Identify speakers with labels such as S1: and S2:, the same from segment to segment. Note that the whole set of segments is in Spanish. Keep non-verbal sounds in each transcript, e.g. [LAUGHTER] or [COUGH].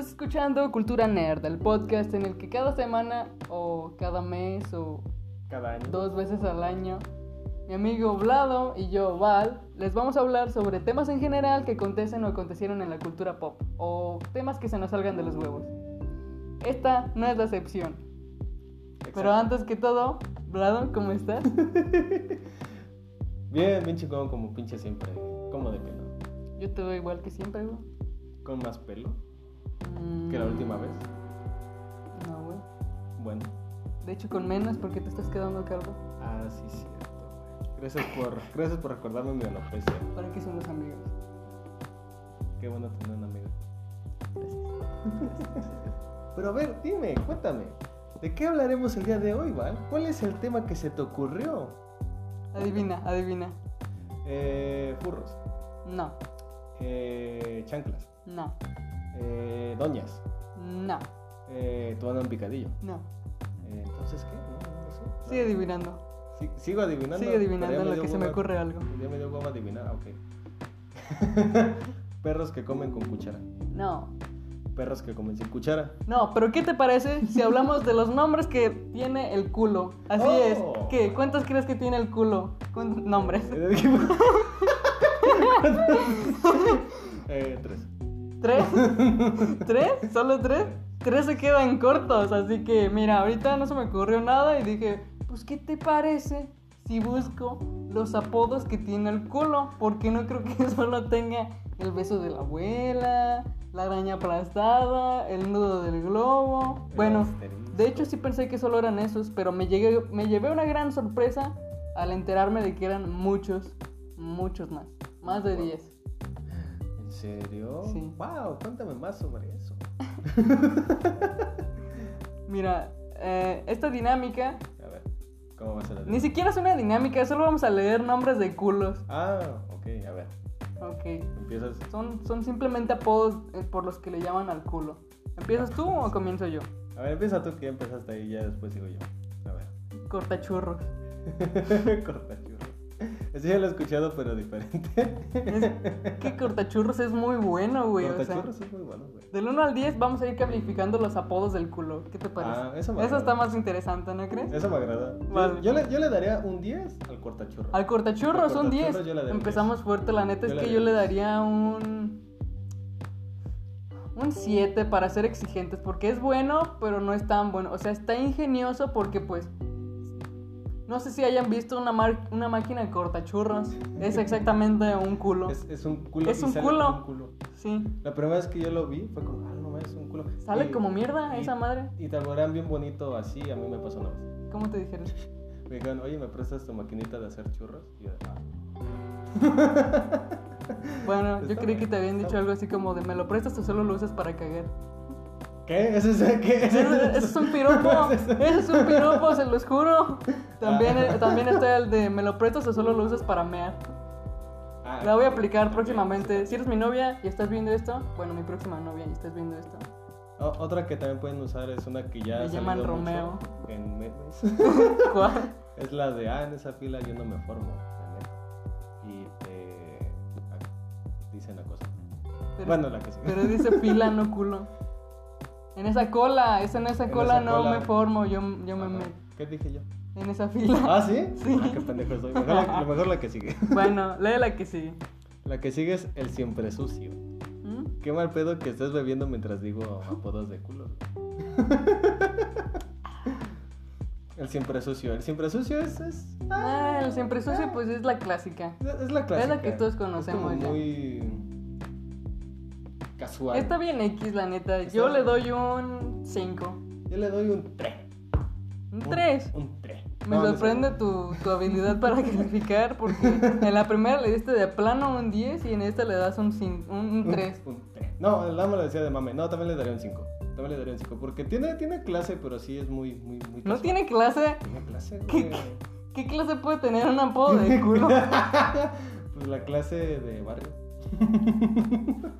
S1: escuchando Cultura Nerd, el podcast en el que cada semana o cada mes o
S2: Cada año.
S1: dos veces al año, mi amigo Vlado y yo, Val, les vamos a hablar sobre temas en general que acontecen o acontecieron en la cultura pop o temas que se nos salgan de los huevos. Esta no es la excepción.
S2: Exacto.
S1: Pero antes que todo, Vlado, ¿cómo
S2: [LAUGHS]
S1: estás?
S2: Bien, bien chingón como pinche siempre. Como de que no.
S1: Yo te veo igual que siempre, güey.
S2: Con más pelo
S1: Mm,
S2: que la última vez.
S1: No, güey.
S2: Bueno.
S1: De hecho, con menos porque te estás quedando calvo.
S2: Ah, sí, cierto, güey. Gracias por, gracias por recordarme mi alopecia.
S1: ¿Para qué son los amigos?
S2: Qué bueno tener
S1: [LAUGHS]
S2: un amigo.
S1: Gracias.
S2: Pero a ver, dime, cuéntame. ¿De qué hablaremos el día de hoy, Val? ¿Cuál es el tema que se te ocurrió?
S1: Adivina, adivina.
S2: Eh, furros.
S1: No,
S2: Eh, chanclas.
S1: no,
S2: Eh, doñas.
S1: no,
S2: Eh, tu en picadillo.
S1: no.
S2: Eh, Entonces, ¿qué? No, no sé. No.
S1: Sigue adivinando.
S2: Sí, sigo adivinando.
S1: Sigue adivinando
S2: pero ya
S1: en lo
S2: dio
S1: que se me
S2: hueva-
S1: ocurre algo.
S2: Ya me dio hueva adivinar, ah, ok. [LAUGHS] Perros que comen con cuchara.
S1: No.
S2: Perros que comen sin cuchara.
S1: No, pero ¿qué te parece si hablamos de los nombres que tiene el culo? Así
S2: Oh.
S1: es. ¿Qué? ¿Cuántos crees que tiene el culo? ¿Cuántos nombres?
S2: [LAUGHS] eh, tres.
S1: ¿Tres? ¿Tres? ¿Solo tres? Tres se quedan cortos, así que mira, ahorita no se me ocurrió nada y dije, pues ¿qué te parece si busco los apodos que tiene el culo? Porque no creo que [LAUGHS] solo tenga el beso de la abuela, la araña aplastada, el nudo del globo.
S2: El
S1: Bueno,
S2: asterisco.
S1: de hecho sí pensé que solo eran esos, pero me, llegué, me llevé una gran sorpresa al enterarme de que eran muchos, muchos más, más de
S2: Wow.
S1: 10.
S2: ¿En serio?
S1: Sí.
S2: Wow, cuéntame más sobre eso.
S1: Mira, eh, esta dinámica
S2: A ver, ¿cómo va a ser la
S1: Ni siquiera es una dinámica, solo vamos a leer nombres de culos.
S2: Ah, ok, a ver.
S1: Ok.
S2: Empiezas.
S1: Son, son simplemente apodos eh, por los que le llaman al culo. ¿Empiezas tú o comienzo yo?
S2: A ver, empieza tú que ya empezaste ahí, ya después sigo yo. A
S1: Cortachurros.
S2: ver. [LAUGHS] Cortachurro. Eso ya lo he escuchado, pero diferente.
S1: Es que cortachurros es muy bueno, güey. O sea,
S2: Cortachurros es muy bueno, güey.
S1: del 1 al 10 vamos a ir calificando los apodos del culo. ¿Qué te parece?
S2: Ah, eso me
S1: eso
S2: agrada.
S1: está más interesante, ¿no crees?
S2: Eso me agrada. Yo-
S1: ¿Eh? Vale.
S2: Yo, le, yo le daría un 10 al cortachurro.
S1: Al cortachurros
S2: Al
S1: un
S2: cortachurros
S1: 10.
S2: yo le daría un
S1: Empezamos fuerte, la neta
S2: Yo
S1: es
S2: le
S1: que yo
S2: daría un
S1: le daría un. Un 7 para ser exigentes, porque es bueno, pero no es tan bueno. O sea, está ingenioso porque, pues. No sé si hayan visto una, mar- una máquina de cortachurros.
S2: [LAUGHS]
S1: Es exactamente un culo.
S2: Es, es un culo.
S1: Es
S2: y
S1: un
S2: sale
S1: culo.
S2: como un culo.
S1: Sí.
S2: La primera vez que yo lo vi fue como, ah, no mames, es un culo.
S1: Sale
S2: Y-
S1: como mierda
S2: y-
S1: esa madre.
S2: Y te lo harán bien bonito así, a mí me pasó una vez.
S1: ¿Cómo te dijeron?
S2: Me dijeron, oye, ¿me prestas tu maquinita de hacer churros? Y yo, ah, [LAUGHS]
S1: Bueno, yo
S2: Está
S1: creí que
S2: bien,
S1: te habían
S2: está
S1: dicho algo así como de: me lo prestas o solo lo usas para cagar.
S2: ¿qué? ¿Ese es qué? ¿Ese
S1: [LAUGHS] Eso
S2: es-
S1: eso es un [LAUGHS]
S2: [LAUGHS]
S1: piropo, eso es un piropo, se los juro. También, eh,
S2: Ah.
S1: también está el de me lo prestas o solo lo usas para mear.
S2: Ah,
S1: La voy a
S2: ok,
S1: aplicar
S2: ok,
S1: próximamente. Si
S2: sí.
S1: eres mi novia y estás viendo esto, bueno, mi próxima novia y estás viendo esto. [LAUGHS]
S2: O- otra que también pueden usar es una que ya.
S1: Me
S2: ha
S1: llaman
S2: salido mucho
S1: Romeo.
S2: En memes.
S1: ¿Cuál?
S2: Es la de, ah, en esa fila yo no me formo, la neta. Y te ah, dicen la cosa.
S1: Pero,
S2: bueno, la que sí.
S1: pero dice fila, no culo. En esa cola, esa en esa
S2: En
S1: cola
S2: esa
S1: no
S2: cola.
S1: me formo, yo, yo me meto.
S2: ¿Qué dije yo?
S1: En esa fila. [LAUGHS]
S2: ¿Ah, sí?
S1: Sí.
S2: Ah, qué pendejo soy. Mejor la, lo mejor la que sigue.
S1: Bueno, lee la que sigue.
S2: La que sigue es el siempre sucio.
S1: ¿Mm?
S2: Qué mal pedo que estés bebiendo mientras digo apodos de culo. [LAUGHS] El siempre sucio. El siempre sucio es. Es,
S1: Ah, el siempre sucio, pues es la clásica.
S2: es la clásica.
S1: que todos
S2: Es como
S1: conocemos ya.
S2: muy. casual.
S1: Está bien X, la neta.
S2: Está
S1: Yo
S2: bien.
S1: le doy un 5.
S2: Yo le doy un 3.
S1: Un 3.
S2: Un 3.
S1: Me sorprende tu, tu habilidad para [LAUGHS] calificar porque en la primera le diste de plano un 10 y en esta le das un, cin- un, un 3.
S2: Un 3. No, el dama lo decía de mame. No, también le daría un 5. También le daría un 5. Porque tiene, tiene clase, pero sí es muy, muy, muy
S1: ¿No
S2: casual.
S1: tiene clase?
S2: Tiene clase,
S1: ¿Qué-
S2: güey.
S1: [LAUGHS] ¿Qué clase puede tener un apodo de culo?
S2: [LAUGHS] pues la clase de barrio. [LAUGHS]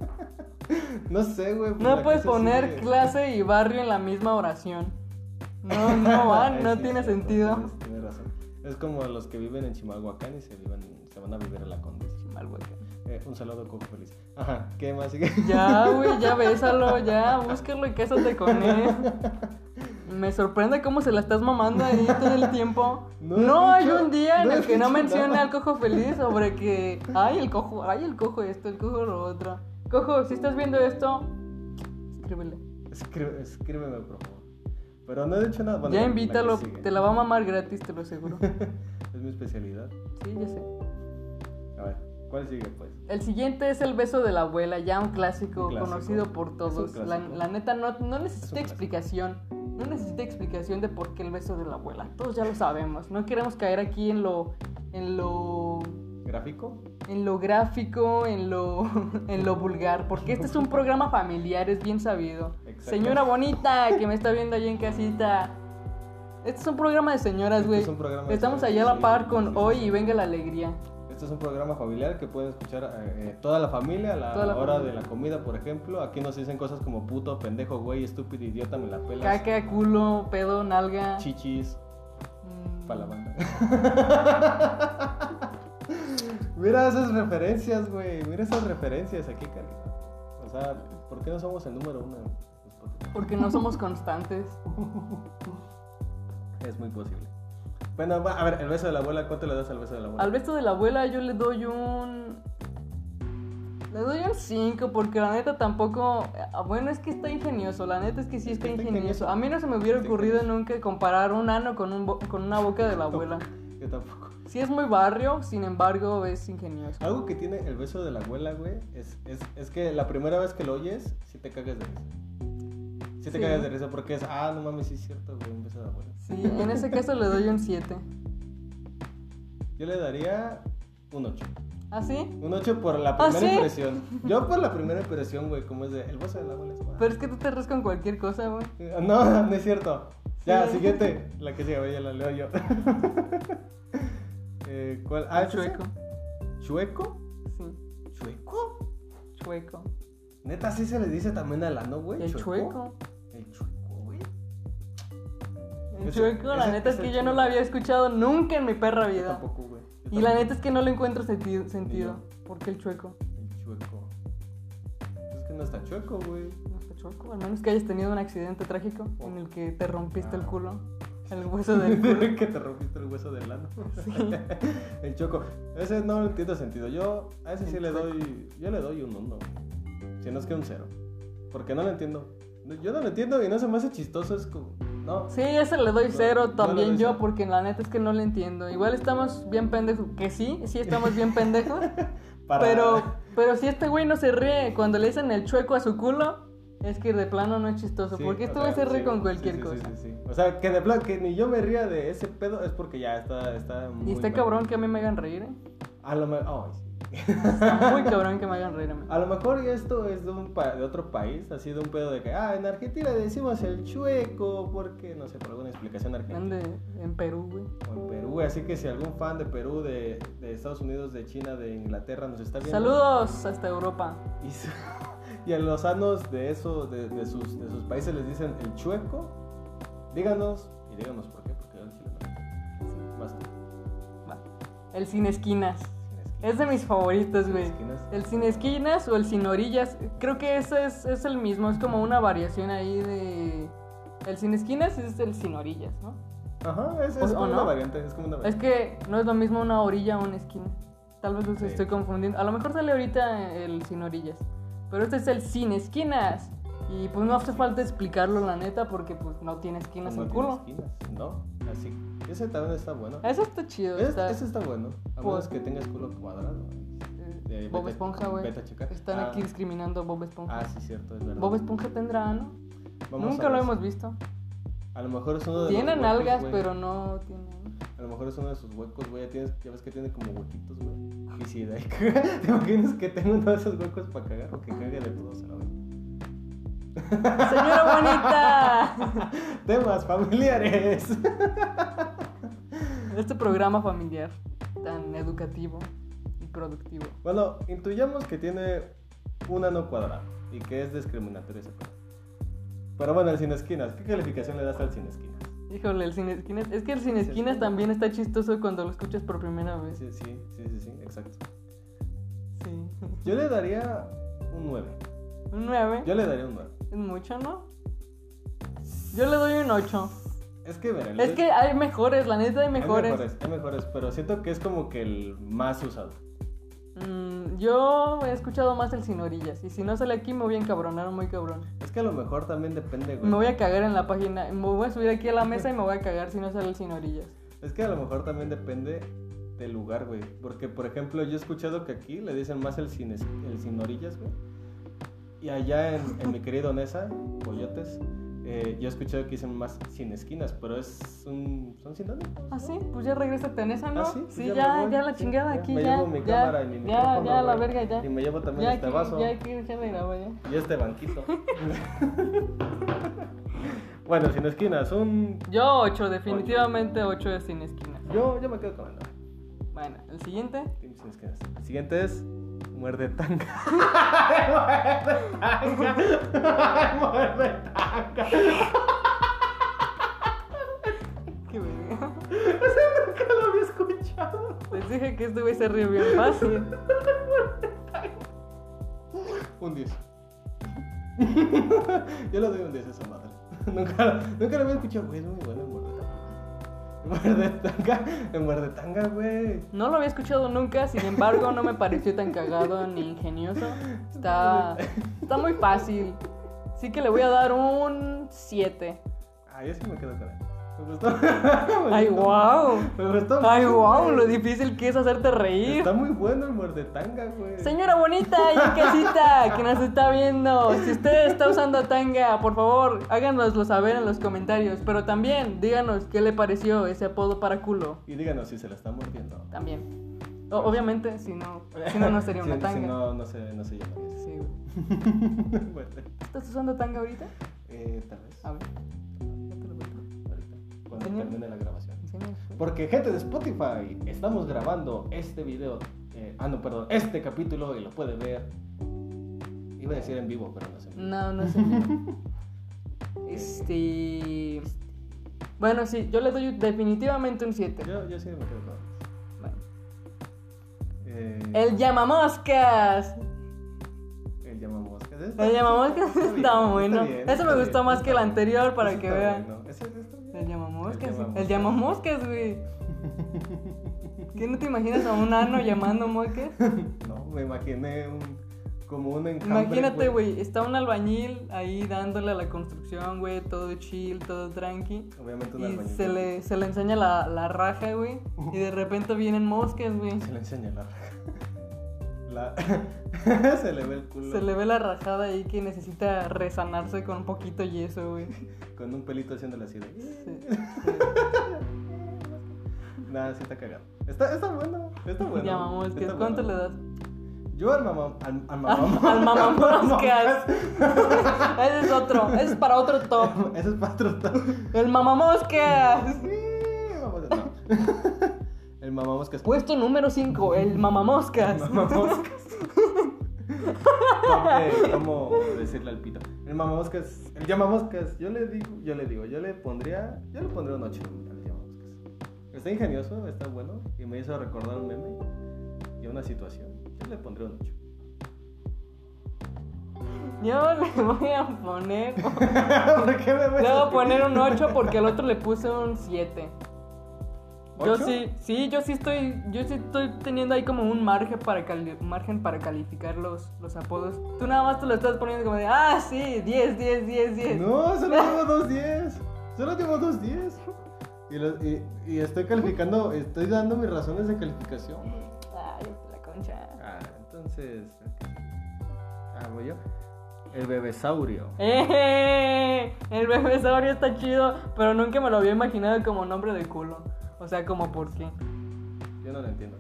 S2: no sé, güey. pues
S1: No
S2: la
S1: puedes
S2: clase
S1: poner
S2: [LAUGHS] sí.
S1: clase y barrio en la misma oración. No, no va,
S2: [LAUGHS] Ay,
S1: no
S2: sí,
S1: tiene
S2: cierto,
S1: sentido.
S2: Tienes, tienes razón. Es como los que viven en Chimalhuacán y se, viven- se van a vivir a la Condesa.
S1: Chimalhuacán.
S2: Eh, un saludo, Coco Feliz. Ajá, ¿qué más? sigue?
S1: Ya, güey, ya bésalo, ya, búscalo y cásate con él. Me sorprende cómo se la estás mamando ahí todo el tiempo.
S2: No
S1: No,
S2: he
S1: hay
S2: dicho-
S1: un día en
S2: no he
S1: el que no
S2: dicho
S1: mencione
S2: nada.
S1: al cojo feliz sobre que, ay, el cojo, ay, el cojo esto, el cojo lo otro. Cojo, si estás viendo esto, escríbele.
S2: Escri- escríbeme, por favor. Pero no he dicho nada. Bueno,
S1: ya
S2: la que
S1: invítalo,
S2: sigue.
S1: te la va a mamar gratis, te lo aseguro.
S2: Es mi especialidad.
S1: Sí, ya sé.
S2: A ver, ¿cuál sigue, pues?
S1: El siguiente es el beso de la abuela, ya un clásico,
S2: Un clásico.
S1: conocido por todos.
S2: Es un
S1: La,
S2: clásico.
S1: la neta no, no
S2: clásico.
S1: necesita explicación. No necesita explicación de por qué el beso de la abuela. Todos ya lo sabemos. No queremos caer aquí en lo. en lo.
S2: ¿Gráfico?
S1: en lo gráfico, en lo. [LAUGHS] en lo vulgar. Porque este es un programa familiar, es bien sabido.
S2: Exacto.
S1: Señora bonita que me está viendo ahí en casita. Este es un programa de señoras,
S2: Este
S1: güey.
S2: es un programa de
S1: Estamos allá
S2: señoras,
S1: a la
S2: sí,
S1: par
S2: sí,
S1: con
S2: sí,
S1: hoy
S2: sí.
S1: y venga la alegría.
S2: Este es un programa familiar que pueden escuchar eh, eh, toda la familia a la
S1: Toda la
S2: hora
S1: familia.
S2: de la comida, por ejemplo. Aquí nos dicen cosas como puto, pendejo, güey, estúpido, idiota, me la pelas.
S1: Caca, culo, pedo, nalga.
S2: Chichis,
S1: Mm,
S2: pa' la banda. [LAUGHS] Mira esas referencias, güey. Mira esas referencias aquí, carita. O sea, ¿por qué no somos el número uno? en Spotify?
S1: Porque no somos constantes.
S2: Es muy posible. Bueno, va, a ver, el beso de la abuela, ¿cuánto le das al beso de la abuela?
S1: Al beso de la abuela yo le doy un... Le doy un 5 porque la neta tampoco... ah, Bueno, es que está ingenioso, la neta es que sí
S2: Es que
S1: está
S2: está
S1: ingenioso.
S2: ingenioso.
S1: A mí no se me hubiera
S2: Está
S1: ocurrido nunca comparar un ano con, un bo- con una boca
S2: [LAUGHS]
S1: de la abuela.
S2: Yo tampoco.
S1: Sí es muy barrio, sin embargo es ingenioso.
S2: Algo que tiene el beso de la abuela, güey, es, es, es que la primera vez que lo oyes, si te cagas de risa. Si te
S1: Sí.
S2: cagas de risa porque es, ah, no mames, sí es cierto, güey, un beso de la abuela.
S1: Sí, en ese caso le doy un 7.
S2: Yo le daría un 8.
S1: ¿Ah, sí?
S2: Un 8 por la primera
S1: ¿Ah, sí? [LAUGHS]
S2: impresión. Yo por la primera impresión, güey, como es de, el beso de la abuela es guay".
S1: Pero es que tú te ríes con cualquier cosa, güey.
S2: No, [LAUGHS] no es cierto. Ya,
S1: Sí.
S2: siguiente. La que sigue, güey, ya la leo yo. [LAUGHS] eh, ¿Cuál? Ah, ¿es esa?
S1: chueco.
S2: ¿Chueco?
S1: Sí,
S2: ¿Chueco?
S1: chueco.
S2: Neta, sí se le dice también al ano, güey.
S1: El chueco.
S2: El chueco, güey.
S1: El
S2: Ese-
S1: chueco, la
S2: ese-
S1: neta es
S2: ese
S1: que yo no
S2: chueco.
S1: lo había escuchado nunca en mi perra
S2: Yo
S1: vida.
S2: tampoco, güey. Yo
S1: Y la
S2: tampoco.
S1: neta es que no le encuentro sentido. sentido.
S2: Ni
S1: ¿Por qué el chueco?
S2: El chueco. Es que no está chueco, güey.
S1: No está chueco. Al menos que hayas tenido un accidente trágico en el que te rompiste el
S2: Ah.
S1: culo. El hueso
S2: [LAUGHS]
S1: del culo.
S2: que te rompiste el hueso del ano. [LAUGHS] el chueco. Ese no le entiendo sentido. Yo a ese sí
S1: El
S2: le
S1: chueco.
S2: doy. Yo le doy un uno. Si no es que un cero. Porque no lo entiendo. No, Yo no lo entiendo y no se me hace chistoso. Es como. No.
S1: Sí, ese le doy
S2: No,
S1: cero
S2: no le
S1: también
S2: doy
S1: yo,
S2: cero.
S1: porque la neta es que no le entiendo. Igual estamos bien pendejos. Que sí, sí estamos bien pendejos.
S2: [LAUGHS] para-
S1: Pero, pero si este güey no se ríe cuando le dicen el chueco a su culo, es que de plano no es chistoso.
S2: Sí,
S1: porque este
S2: o
S1: güey
S2: sea,
S1: se ríe
S2: sí,
S1: con
S2: sí,
S1: cualquier
S2: sí, sí,
S1: cosa.
S2: sí, sí. O sea, que de plan, que ni yo me ría de ese pedo es porque ya está. está muy
S1: Y está
S2: mal.
S1: cabrón que a mí me hagan reír, ¿eh?
S2: A lo mejor. ay, sí.
S1: Está muy cabrón que me hagan reír a mí.
S2: A lo mejor y esto es de, un pa- de otro país, así de un pedo de que, ah, en Argentina le decimos el chueco, porque no sé, por alguna explicación argentina.
S1: Ande en Perú, güey.
S2: O en Perú, así que si algún fan de Perú, de, de Estados Unidos, de China, de Inglaterra nos está viendo.
S1: Saludos hasta Europa.
S2: Y, s- [LAUGHS] y a los sanos de, eso, de, de sus, de sus países les dicen el chueco, díganos, y díganos por qué, porque yo sí lo merezco. Vas tú.
S1: Va. El sin esquinas.
S2: Sin
S1: Es de mis favoritos, güey.
S2: esquinas.
S1: El sin esquinas o el sin orillas. Creo que ese es, es el mismo. Es como una variación ahí de. El sin esquinas es el sin orillas, ¿no?
S2: Ajá, es, es
S1: ¿O- o
S2: como
S1: no?
S2: una variante, es como una
S1: Es
S2: variante.
S1: que no es lo mismo una orilla a una esquina. Tal vez los
S2: Sí.
S1: estoy confundiendo. A lo mejor sale ahorita el sin orillas. Pero este es el sin esquinas. Y pues no hace falta explicarlo, la neta, porque pues no tiene esquinas
S2: Como
S1: el
S2: tiene
S1: culo.
S2: esquinas, ¿no? Así. Ese también está bueno.
S1: Eso está chido.
S2: Ese,
S1: está-
S2: ese está bueno. A
S1: Pues-
S2: menos que tengas culo cuadrado.
S1: eh,
S2: Eh,
S1: Bob
S2: vete-
S1: Esponja, güey.
S2: vete a checar.
S1: Están
S2: Ah.
S1: aquí discriminando a Bob Esponja.
S2: Ah, sí, cierto, es verdad.
S1: Bob Esponja tendrá ano.
S2: Vamos
S1: Nunca
S2: a
S1: lo
S2: ver.
S1: hemos visto.
S2: A lo mejor es uno de
S1: Tienen
S2: los huecos,
S1: algas,
S2: güey.
S1: pero no tienen.
S2: A lo mejor es uno de sus huecos, güey. Ya, tienes- ya ves que tiene como huequitos, güey. Y si de ahí caga, [LAUGHS] ¿te imaginas que tenga uno de esos huecos para cagar o que cague de todos a la vez?
S1: ¡Señora bonita! [LAUGHS]
S2: Temas familiares. [LAUGHS]
S1: este programa familiar tan educativo y productivo.
S2: bueno, intuyamos que tiene un ano cuadrado y que es discriminatorio ese pedo. Pero bueno, el sin esquinas. ¿Qué calificación le das al sin esquinas?
S1: Híjole, el sin esquinas. Es que el sin esquinas también está chistoso cuando lo escuchas por primera vez.
S2: Sí, sí, sí, sí, sí, exacto.
S1: Sí.
S2: Yo le daría un 9.
S1: Un 9.
S2: Yo le daría un 9.
S1: Es mucho, ¿no? Yo le doy un 8.
S2: Es que verán.
S1: Es que ¿eh? hay mejores, la neta hay mejores.
S2: Hay mejores, hay mejores, pero siento que es como que el más usado.
S1: Mm, yo he escuchado más el sin orillas. Y si no sale aquí, me voy a encabronar muy cabrón.
S2: Es que a lo mejor también depende, güey.
S1: Me voy a cagar en la página. Me voy a subir aquí a la mesa y me voy a cagar si no sale el sin orillas.
S2: Es que a lo mejor también depende del lugar, güey. Porque, por ejemplo, yo he escuchado que aquí le dicen más el sin, es- el sin orillas, güey. Y allá en, en mi querido Nesa, Coyotes, eh, yo he escuchado que dicen más sin esquinas, pero es un, son sinónimos.
S1: Ah, sí, pues ya regrésate en esa, ¿no?
S2: Ah, sí, pues ya me
S1: ya, ya,
S2: voy,
S1: la
S2: sí,
S1: chingada
S2: ya.
S1: aquí,
S2: Me
S1: ya.
S2: llevo mi
S1: ya,
S2: cámara y mi
S1: ya,
S2: micrófono,
S1: ya, la
S2: güey.
S1: verga, ya.
S2: Y me llevo también
S1: ya
S2: este
S1: aquí,
S2: vaso
S1: Ya hay que dejar de grabar, ya.
S2: y este banquito. [LAUGHS] bueno, sin esquinas, un...
S1: Yo 8, definitivamente 8 es sin esquina.
S2: Yo, yo me quedo con el nueve.
S1: Bueno, el siguiente.
S2: Team sin esquinas. El siguiente es Muerde [LAUGHS] Tanga. Muerde Tanga.
S1: Qué verga. [LAUGHS]
S2: Nunca lo había escuchado.
S1: Les dije que este güey se ríe bien
S2: [LAUGHS]
S1: fácil.
S2: Un 10. [LAUGHS] Yo le doy un 10 a esa madre. [LAUGHS] Nunca, nunca lo había escuchado, güey. Es muy bueno el muerde tanga. Muerde tanga. El muerde tanga, güey.
S1: No lo había escuchado nunca, sin embargo, no me pareció tan cagado ni ingenioso. Está, está muy fácil. Así que le voy a dar un 7.
S2: Ah, yo sí me quedo con él. Me gustó. [LAUGHS] Me
S1: ¡Ay,
S2: gustó.
S1: wow!
S2: Me gustó.
S1: ¡Ay,
S2: mucho,
S1: wow!
S2: güey.
S1: Lo difícil que es hacerte reír.
S2: Está muy bueno el muerde tanga, güey.
S1: Señora bonita y en casita que nos está viendo, si usted está usando tanga, por favor, háganoslo saber en los comentarios. Pero también díganos qué le pareció ese apodo para culo.
S2: Y díganos si se la está mordiendo.
S1: También. O- obviamente, si no, si no, no sería
S2: [LAUGHS] Si-
S1: una
S2: Si
S1: tanga.
S2: no, no se, no se llama. eso.
S1: Sí, güey. [LAUGHS]
S2: [LAUGHS] Muerde.
S1: ¿Estás usando tanga ahorita?
S2: Eh, tal vez.
S1: A ver. Ya te lo meto.
S2: Ahorita. Cuando
S1: Señor.
S2: termine la grabación.
S1: Enséñame.
S2: Porque gente de Spotify, estamos grabando este video, eh, ah no, perdón, este capítulo y lo puede ver. Iba a decir en vivo, pero no sé.
S1: No, no sé. este. Bueno, sí, yo le doy definitivamente un 7.
S2: Yo, yo sí me quedo con. Eh,
S1: El llamamoscas.
S2: el llamamoscas. Está-
S1: El llamamoscas
S2: bien,
S1: está bueno.
S2: bien,
S1: Eso me
S2: está
S1: gustó
S2: bien,
S1: más
S2: está
S1: que el
S2: bien.
S1: anterior para
S2: Eso
S1: que
S2: está
S1: vean.
S2: bueno. Ese- ese está bien.
S1: El llamamoscas. sí.
S2: llamamoscas.
S1: El llamamoscas, güey. ¿Qué no te imaginas a un ano llamando moscas? [LAUGHS]
S2: No, me imaginé un, como un enjambre. pues,
S1: Imagínate, güey, está un albañil ahí dándole a la construcción, güey, todo chill, todo tranqui.
S2: Obviamente un
S1: Y
S2: albañil.
S1: se le, se le enseña la, la raja,
S2: [LAUGHS]
S1: güey. Y de repente vienen moscas, güey.
S2: Se le enseña la... [LAUGHS] la... [LAUGHS] se le ve el culo
S1: Se le ve la rajada ahí que necesita resanarse con un poquito yeso,
S2: [LAUGHS]
S1: güey.
S2: con un pelito haciéndole así de... "Eh,
S1: Sí.
S2: Nada, sí está cagado. Está, está bueno, está bueno.
S1: Ya, mamá, es que
S2: está
S1: ¿cuánto
S2: bueno.
S1: le das?
S2: Yo al mamá... Al,
S1: [LAUGHS]
S2: al
S1: Al,
S2: mamá...
S1: al
S2: [LAUGHS]
S1: mamamoscas. Ese es otro, ese es para otro top.
S2: [LAUGHS] Eso es
S1: [LAUGHS]
S2: para tratar...
S1: El mamamoscas.
S2: Vamos a... No. [LAUGHS] El mamá moscas.
S1: Puesto número 5, el mamamoscas.
S2: Mamamoscas. ¿Cómo decirle al pito? El mamamoscas, el llamamoscas, yo le digo, yo le digo, yo le pondría, yo le pondría un 8 al llamamoscas. Está ingenioso, está bueno y me hizo recordar un meme y una situación. Yo le pondría un 8.
S1: Yo le voy a poner.
S2: ¿Por qué me ves
S1: Le voy a
S2: así?
S1: poner un 8 porque al otro le puse un 7. Yo
S2: ¿Ocho?
S1: sí, sí, yo sí estoy, yo sí estoy teniendo ahí como un margen para cali- margen para calificar los, los apodos. Tú nada más te lo estás poniendo como de, ah, sí, 10, 10, 10, 10.
S2: No, solo llevo dos 10. Solo llevo dos 10. Y, lo- y- y estoy calificando, estoy dando mis razones de calificación. güey.
S1: Ay, la concha.
S2: Ah, entonces. ok. Ah, voy yo. El bebesaurio.
S1: ¡Eh! El bebé saurio está chido, pero nunca me lo había imaginado como nombre de culo. O sea, como por qué.
S2: Yo no lo entiendo.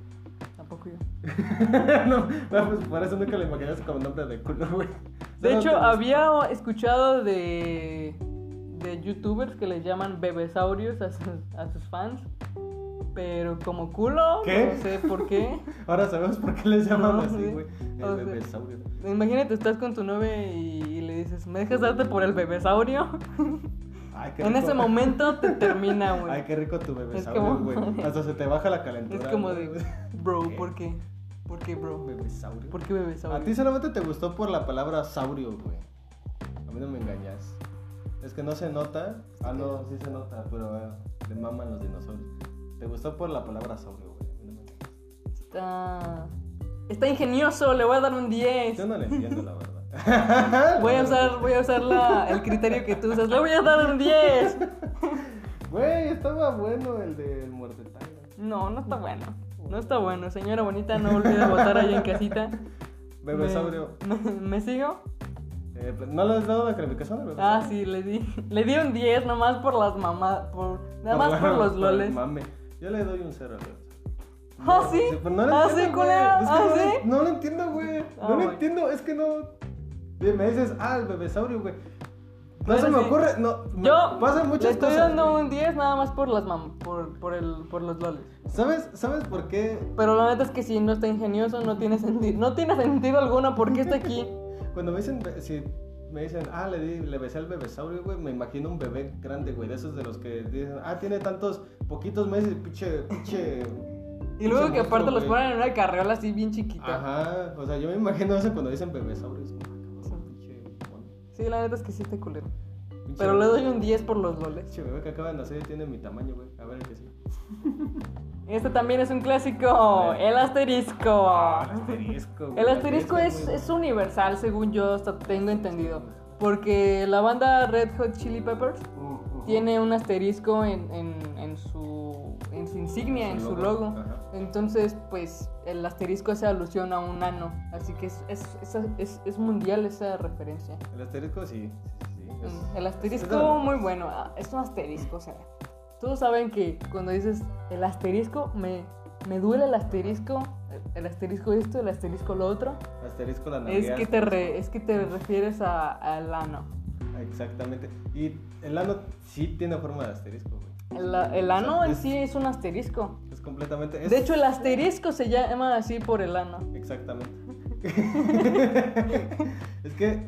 S2: [LAUGHS]
S1: Tampoco yo.
S2: no, no, pues por eso nunca lo imaginas como nombre de culo, güey.
S1: De
S2: Solo
S1: hecho,
S2: te gusta.
S1: había escuchado de, de youtubers que les llaman bebesaurios a sus, a sus fans. Pero como culo,
S2: ¿Qué?
S1: no sé por qué.
S2: Ahora sabemos por qué les llaman
S1: No,
S2: así,
S1: sí.
S2: güey. El
S1: O sea-
S2: bebesaurio.
S1: Imagínate, estás con tu novia y, y le dices, ¿me dejas darte por el bebesaurio?
S2: Ay, qué
S1: En
S2: rico.
S1: ese momento te
S2: [LAUGHS]
S1: termina,
S2: Ay,
S1: güey.
S2: qué rico tu bebé
S1: Es
S2: saurio,
S1: como-
S2: güey.
S1: [LAUGHS]
S2: Hasta se te baja la calentura.
S1: Es como
S2: güey.
S1: de, bro, ¿por qué? ¿Por qué, bro?
S2: [LAUGHS] Bebesaurio.
S1: ¿Por qué bebes
S2: A ti solamente te gustó por la palabra saurio, güey. A mí no me engañas. Es que no se nota. Ah, no, sí se nota, pero eh, le maman los dinosaurios. Te gustó por la palabra saurio, güey. A mí no me engañas.
S1: Está... Está ingenioso, le voy a dar un 10.
S2: Yo no le entiendo, la verdad.
S1: [LAUGHS] Voy a usar, voy a usar la- el criterio que tú usas. Le voy a dar un 10.
S2: Güey, estaba bueno el del muertetanga.
S1: No, no está bueno. No está bueno. Señora bonita, no olvides votar ahí en casita.
S2: Bebesaurio.
S1: Me, me- ¿me sigo?
S2: Eh, ¿No le has dado la calificación al bebesaurio?
S1: Ah, sí, le di. Le di un 10 nomás por las mamás. Por, nada más por los
S2: el
S1: loles.
S2: Mame. Ah, Yo le doy un cero al bebesaurio.
S1: ¿Ah, sí?
S2: pero no lo
S1: ¿Ah, sí,
S2: entiendo, güey.
S1: culera?
S2: Es que
S1: ¿Ah,
S2: no, lo-
S1: sí?
S2: no lo entiendo, güey.
S1: Ah,
S2: no lo
S1: bueno.
S2: entiendo, es que no. Bien, Me dices, ah, el bebesaurio, güey. No
S1: Pero
S2: se me
S1: sí.
S2: ocurre, no. me
S1: Yo
S2: Pasan
S1: le
S2: muchas
S1: estoy
S2: cosas.
S1: dando
S2: güey.
S1: un 10 nada más por las mam por, por, el, por los loles.
S2: ¿Sabes, ¿Sabes por qué?
S1: Pero la neta es que si no está ingenioso, no tiene sentido. No tiene sentido alguno por qué está
S2: [LAUGHS]
S1: aquí.
S2: Cuando me dicen, be- si me dicen, ah, le, di, le besé al bebesaurio, güey, me imagino un bebé grande, güey, de esos de los que dicen, ah, tiene tantos, poquitos meses, pinche, pinche.
S1: Y luego
S2: pinche
S1: que aparte
S2: monstruo,
S1: los
S2: güey.
S1: ponen en una carriola así bien chiquita.
S2: Ajá, o sea, yo me imagino eso cuando dicen bebesaurio, es como, ah,
S1: Sí.
S2: cabrón, pinche mono,
S1: Sí, la neta es que sí está culero.
S2: pinche
S1: Pero le doy un 10 por los loles.
S2: Che, bebé que acaba de nacer tiene mi tamaño, güey. A ver el que sí.
S1: Este también es un clásico, el asterisco.
S2: Ah, asterisco, güey.
S1: Ah. El asterisco es,
S2: güey.
S1: es universal, según yo hasta tengo entendido. Porque la banda Red Hot Chili Peppers
S2: Uh, uh.
S1: tiene un asterisco en, en- en su, en su insignia, en su logo.
S2: Ajá.
S1: Entonces, pues el asterisco hace alusión a un ano. Así que es, es, es, es- es mundial esa referencia.
S2: El asterisco sí. sí, sí, sí, es-
S1: Mm, El asterisco,
S2: es de la-
S1: muy bueno. Ah, Es un asterisco, o sea. Todos saben que cuando dices el asterisco, me, me duele el asterisco. El asterisco esto, el asterisco lo otro.
S2: Asterisco la
S1: Es
S2: nalguea.
S1: que te, re- es que te refieres a- al ano.
S2: Exactamente. Y el ano sí tiene forma de asterisco, güey.
S1: El, el ano en sí es un asterisco.
S2: Es completamente. es-
S1: De hecho, el asterisco se llama así por el ano. [LAUGHS]
S2: Exactamente. es que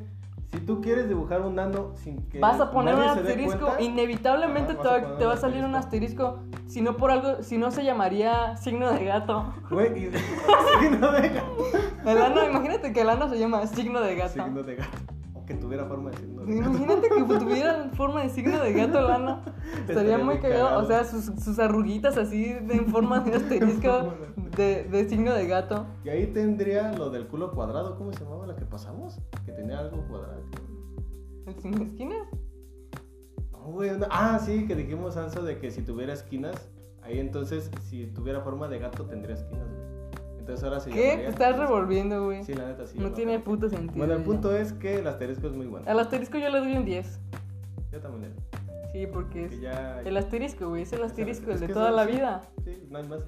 S2: si tú quieres dibujar un ano sin que.
S1: Vas a poner un
S2: nadie se dé
S1: asterisco,
S2: cuenta,
S1: inevitablemente te,
S2: Ajá, vas a
S1: va,
S2: poner
S1: te
S2: un
S1: va a salir un asterisco. Si no por algo, si no se llamaría signo de gato.
S2: Güey, y. [LAUGHS] signo de gato.
S1: [LAUGHS] El
S2: [LAUGHS]
S1: ano, imagínate que el ano se llama signo de gato.
S2: Signo de gato. O que tuviera forma de signo de
S1: [LAUGHS]
S2: gato.
S1: Imagínate que tuviera forma de signo de gato el ano. Estaría
S2: Estaría
S1: muy
S2: muy
S1: cagado. O sea,
S2: cagado.
S1: sus, sus arruguitas así de- en forma de asterisco
S2: [LAUGHS]
S1: de, de signo de gato.
S2: Y ahí tendría lo del culo cuadrado, ¿cómo se llamaba la que pasamos? Que tenía algo cuadrado.
S1: ¿El signo de esquinas?
S2: No, güey, una- Ah, sí, que dijimos, Anso, de que si tuviera esquinas, ahí entonces, si tuviera forma de gato, tendría esquinas, güey. Entonces ahora se
S1: ¿Qué?
S2: llamaría-
S1: Te estás revolviendo, güey.
S2: Sí, la neta, sí.
S1: no
S2: la
S1: tiene
S2: neta.
S1: puto sentido.
S2: Bueno, el
S1: ya.
S2: punto es que el asterisco es muy bueno.
S1: Al asterisco yo le doy un 10.
S2: Yo también le
S1: Sí, porque es.
S2: que ya...
S1: El asterisco, güey, es el asterisco,
S2: Es
S1: el de
S2: que
S1: toda
S2: eso-
S1: la vida.
S2: Sí, no hay más.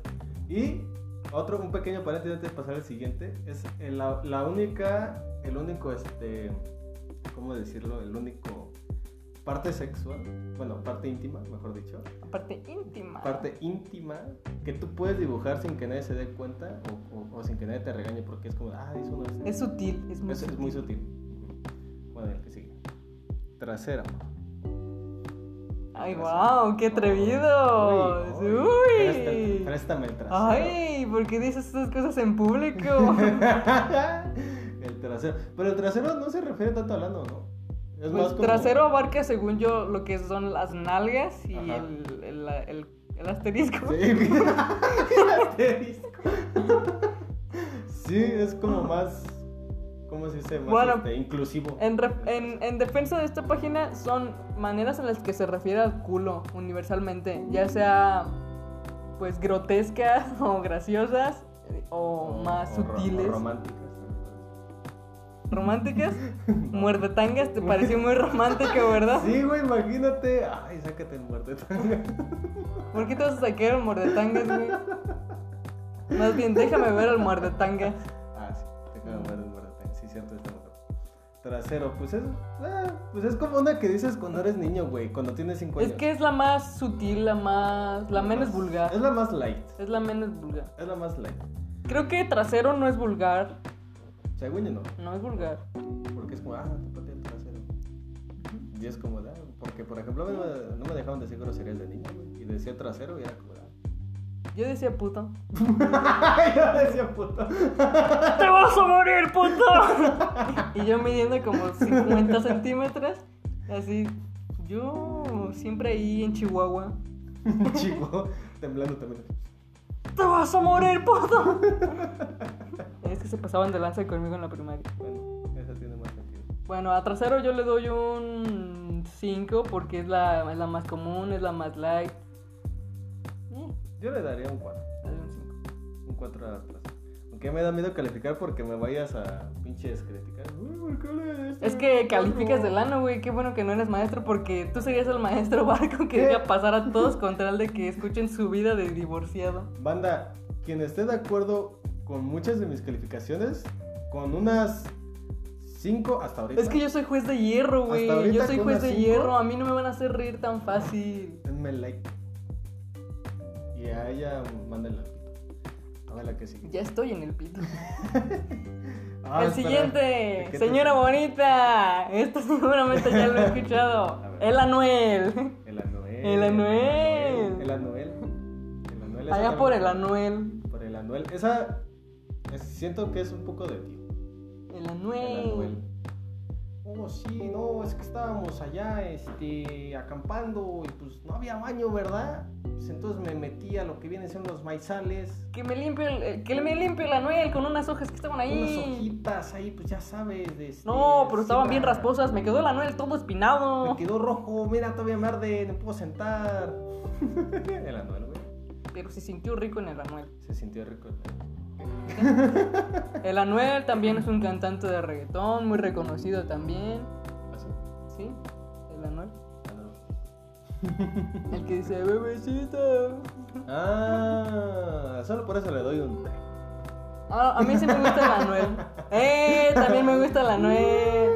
S2: Y otro, un pequeño paréntesis antes de pasar al siguiente, es el- la, la única, el único, este, ¿cómo decirlo? El único parte sexual, bueno, parte íntima, mejor dicho,
S1: Parte íntima.
S2: parte íntima que tú puedes dibujar sin que nadie se dé cuenta o, o- o sin que nadie te regañe porque es como, ah, hizo uno este".
S1: Es sutil, es muy
S2: Eso
S1: sutil.
S2: es muy sutil. Ujú. Bueno, el que sigue. Trasera.
S1: Ay,
S2: Trasero.
S1: wow, qué atrevido.
S2: Uy,
S1: Uy.
S2: uy. Préstame, préstame el trasero.
S1: Ay, ¿por qué dices esas cosas en público?
S2: [LAUGHS] el trasero. Pero el trasero no se refiere tanto al ano, ¿no? Es
S1: Pues
S2: como-
S1: trasero abarca, según yo, lo que son las nalgas y
S2: Ajá.
S1: el, el- el- el asterisco.
S2: [LAUGHS] Sí. El asterisco. sí, es como más. ¿Cómo se dice? Más
S1: Bueno,
S2: este, inclusivo.
S1: En, ref- en- en defensa de esta página son maneras en las que se refiere al culo universalmente, ya sea pues grotescas [LAUGHS] o graciosas eh, o, más
S2: o ro- o
S1: sutiles.
S2: románticas. [LAUGHS]
S1: ¿Románticas? Muerdetangas te pareció muy romántico, ¿verdad?
S2: Sí, güey, imagínate. Ay, sácate el muerto.
S1: ¿Por qué te vas a sacar el muerdetangas, güey? Más bien, déjame ver el muerdetangas.
S2: Ah, sí, te acabo de ver el muerto. Sí, cierto, está muerto. Trasero, pues es. ah, pues es como una que dices cuando eres niño, güey. Cuando tienes 5 años.
S1: Es que es la más sutil, la más. la menos
S2: más-
S1: vulgar.
S2: Es la más light.
S1: Es la menos vulgar.
S2: Es la más light.
S1: Creo que trasero no es vulgar.
S2: Según yo no.
S1: No es vulgar.
S2: Porque es como, ah, te patea el trasero. Y es como, ah, porque por ejemplo a mí no me, no me dejaban decir groserías de niño, güey. Y decía trasero y era [LAUGHS] como,
S1: Yo decía puto.
S2: ah. Yo [LAUGHS] decía
S1: [LAUGHS]
S2: puto.
S1: ¡Te vas a morir, puto! [LAUGHS] y yo midiendo como 50 centímetros. Así. Yo siempre ahí en Chihuahua.
S2: Chico, temblando también.
S1: ¡Te vas a morir, [LAUGHS] puto! es que se pasaban de lanza conmigo en la primaria.
S2: Bueno, esa tiene más sentido.
S1: Bueno, a trasero yo le doy un 5 porque es la, es la más común, es la más light. Mm,
S2: Yo le daría un 4.
S1: le doy un cinco.
S2: Un 4 atrás. Aunque me da miedo calificar porque me vayas a pinches criticar. Uy, ¿por qué le diste
S1: Es que
S2: un cuatro?
S1: calificas de lano, güey. Qué bueno que no eres maestro porque tú serías el maestro [LAUGHS] barco que
S2: ¿Qué?
S1: deja pasar a todos con tal de que escuchen su vida de divorciado.
S2: Banda, quien esté de acuerdo con muchas de mis calificaciones, con unas 5 hasta ahorita.
S1: Es que yo soy juez de hierro, güey.
S2: Hasta ahorita
S1: Yo soy
S2: con
S1: juez
S2: una
S1: de
S2: cinco.
S1: hierro. A mí no me van a hacer reír tan fácil.
S2: Denme like. Y a ella mándenla. A ver la que sigue.
S1: Ya estoy en el pito.
S2: Ah,
S1: el
S2: espera. ¿De
S1: siguiente,
S2: qué te-
S1: señora bonita. Esto [LAUGHS] seguramente ya lo he escuchado.
S2: A ver.
S1: El Anuel.
S2: El Anuel.
S1: El Anuel.
S2: El Anuel. El Anuel. esa
S1: Allá por el
S2: también-
S1: Anuel.
S2: Por el Anuel. Esa. es- siento que es un poco de ti.
S1: El
S2: El Anuel.
S1: Anuel.
S2: Oh, sí, no, es que estábamos allá, este, acampando y pues no había baño, ¿verdad? Pues entonces me metí a lo que vienen siendo los maizales,
S1: Que me limpio el, eh, que me limpio el Anuel con unas hojas que estaban
S2: unas
S1: ahí.
S2: hojitas ahí, pues ya sabes, de este,
S1: No, pero estaban
S2: encima.
S1: bien rasposas. Me quedó el Anuel todo
S2: Me
S1: espinado.
S2: quedó rojo, mira, todavía me arde, no puedo sentar. [LAUGHS] el anuel, güey,
S1: Pero se sintió rico en el Anuel.
S2: se sintió rico.
S1: El Anuel también es un cantante de reggaetón, muy reconocido también.
S2: Así,
S1: ¿Sí? El Anuel.
S2: Anuel.
S1: El que dice, bebecita.
S2: Ah, solo por eso le doy un tres.
S1: Ah, a mí sí me gusta el Anuel. ¡Eh! También me gusta el Anuel.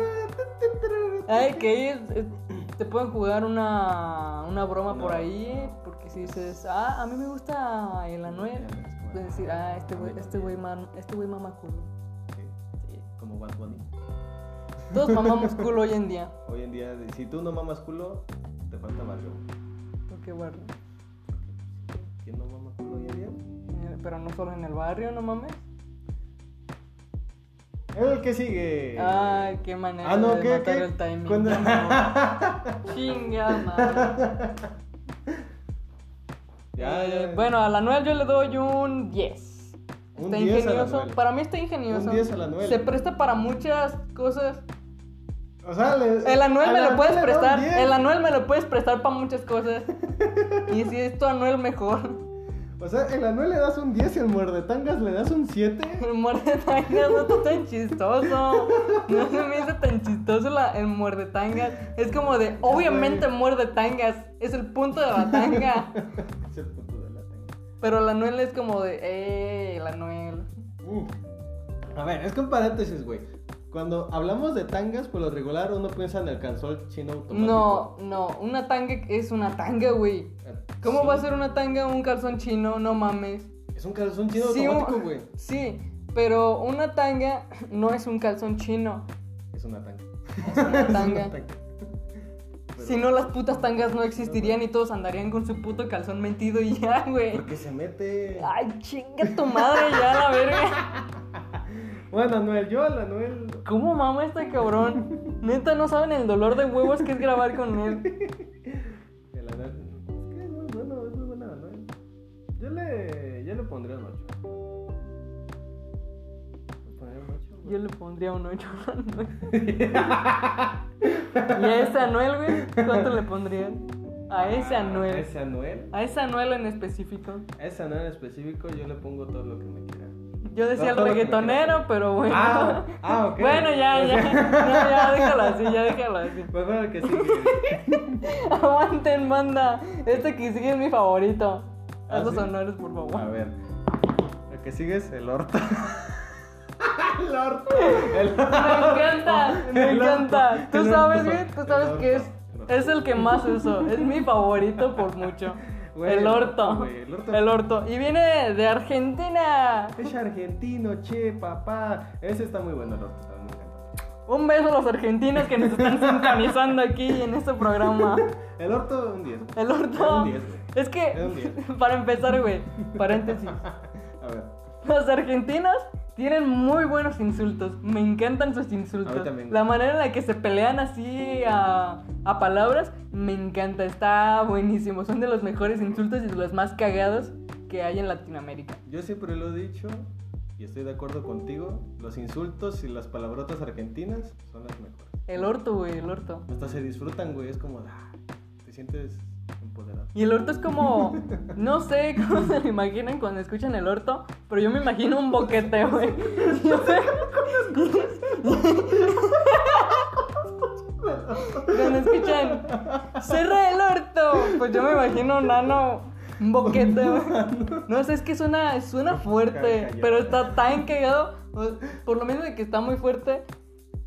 S1: Ay, que es- es- te pueden jugar una, una broma por
S2: No.
S1: ahí. Porque si dices, ah, a mí me gusta el Anuel. Puedes decir, ah, este güey este güey man- este güey mama culo.
S2: Sí,
S1: Sí.
S2: Como Bad Bunny.
S1: Todos mamamos culo hoy en día.
S2: Hoy en día, si tú no mamas culo, te falta barrio.
S1: Porque bueno.
S2: ¿Quién no mama culo hoy en día?
S1: eh, Pero no solo en el barrio, no mames.
S2: El que sigue.
S1: Ay, qué manera
S2: Eh, Ah, no,
S1: de
S2: ¿qué,
S1: matar
S2: qué?
S1: el timing.
S2: ¿Cuándo? [LAUGHS]
S1: Chinga madre.
S2: Ya,
S1: Eh,
S2: ya.
S1: Bueno, a la Anuel yo le doy un 10.
S2: Un
S1: Está
S2: 10 al
S1: ingenioso.
S2: Anuel.
S1: Para mí está ingenioso.
S2: Un 10 al Anuel.
S1: Se presta para muchas cosas.
S2: O sea, le-
S1: El Anuel
S2: a
S1: me
S2: la
S1: lo puedes
S2: Anuel le da
S1: prestar.
S2: un 10.
S1: El Anuel me lo puedes prestar para muchas cosas. y si es tu Anuel, mejor.
S2: O sea, el Anuel le das un 10 y el muerdetangas le das
S1: [LAUGHS]
S2: un 7.
S1: El muerdetangas no está tan chistoso. No se me hizo tan chistoso la- el muerdetangas. Es como de, obviamente muerdetangas. Es el punto de la tanga.
S2: Es el punto de la tanga.
S1: Pero la Anuel es como de, eh, la Anuel.
S2: Uh. A ver, es que un paréntesis, güey. Cuando hablamos de tangas, por lo regular uno piensa en el cansol chino automático.
S1: No, no, una tanga es una tanga, güey. ¿Cómo
S2: Eh, Sí.
S1: va a ser una tanga un calzón chino? No mames.
S2: Es un calzón chino
S1: Sí, un-
S2: automático, güey.
S1: Sí, pero una tanga no es un calzón chino.
S2: Es una tanga.
S1: Es una
S2: Es
S1: tanga.
S2: una tanga. Pero-
S1: Si no, las putas tangas no existirían y todos andarían con su puto calzón metido y ya, güey.
S2: Porque se mete.
S1: Ay, chinga tu madre ya, la verga.
S2: Bueno, Anuel, yo al Anuel.
S1: ¿Cómo mama este cabrón? Neta, no saben el dolor de huevos que es grabar con él.
S2: El Anuel. Es que es muy bueno, es muy bueno el Anuel. Yo le, yo le pondría un 8. Le pondría un 8.
S1: Yo le pondría un 8 a Anuel. ¿Y a ese Anuel, güey? ¿Cuánto le pondrían? A ese
S2: A
S1: Anuel.
S2: Ah, ese Anuel.
S1: A ese Anuel en específico.
S2: A ese Anuel en específico yo le pongo todo lo que me quiera.
S1: Yo decía
S2: No, todo
S1: el
S2: lo que me
S1: reggaetonero,
S2: queda.
S1: pero bueno.
S2: Ah, ah, ok.
S1: Bueno, ya,
S2: [LAUGHS]
S1: ya. No, ya, déjalo así, ya déjalo así.
S2: Pues bueno, el que sigue.
S1: [LAUGHS] Aguanten, banda. Este que sigue es mi favorito.
S2: ¿Ah,
S1: Haz los
S2: sí?
S1: honores, por favor.
S2: A ver. El que sigue es el Horta. el Horta. El
S1: [LAUGHS] Me encanta, me
S2: El orto,
S1: encanta. Tú
S2: el
S1: sabes,
S2: orto,
S1: güey, tú
S2: el
S1: sabes que es,
S2: orto, el orto.
S1: es el que más uso. Es mi favorito por mucho.
S2: Güey,
S1: el orto.
S2: güey, el orto.
S1: El orto. Y viene de Argentina.
S2: Es argentino, che, papá. Ese está muy bueno el Horta. también me encanta.
S1: Un beso a los argentinos que nos están sintonizando aquí en este programa.
S2: El orto, un 10.
S1: El orto.
S2: Un 10, güey.
S1: Es que,
S2: Era un diez.
S1: [LAUGHS] para empezar, güey, paréntesis.
S2: [LAUGHS] A ver,
S1: Los argentinos tienen muy buenos insultos. Me encantan sus
S2: A mí
S1: insultos.
S2: también.
S1: La manera en la que se pelean así a, a palabras, me encanta. Está buenísimo. Son de los mejores insultos y de los más cagados que hay en Latinoamérica.
S2: yo siempre lo he dicho y estoy de acuerdo contigo. Los insultos y las palabrotas argentinas son las mejores.
S1: El orto, güey, el orto.
S2: Hasta se disfrutan, güey. Es como, ah, te sientes empoderado. [LAUGHS]
S1: Y el orto es como, no sé [LAUGHS] cómo se lo imaginan cuando escuchan el orto, pero yo me imagino un boquete, güey. [LAUGHS] Yo me- Cuando escuchan, cerra el orto, pues yo me imagino un nano, un boquete, güey. No sé, es que suena, suena fuerte, pero está tan cagado, o- por lo menos de que está muy fuerte,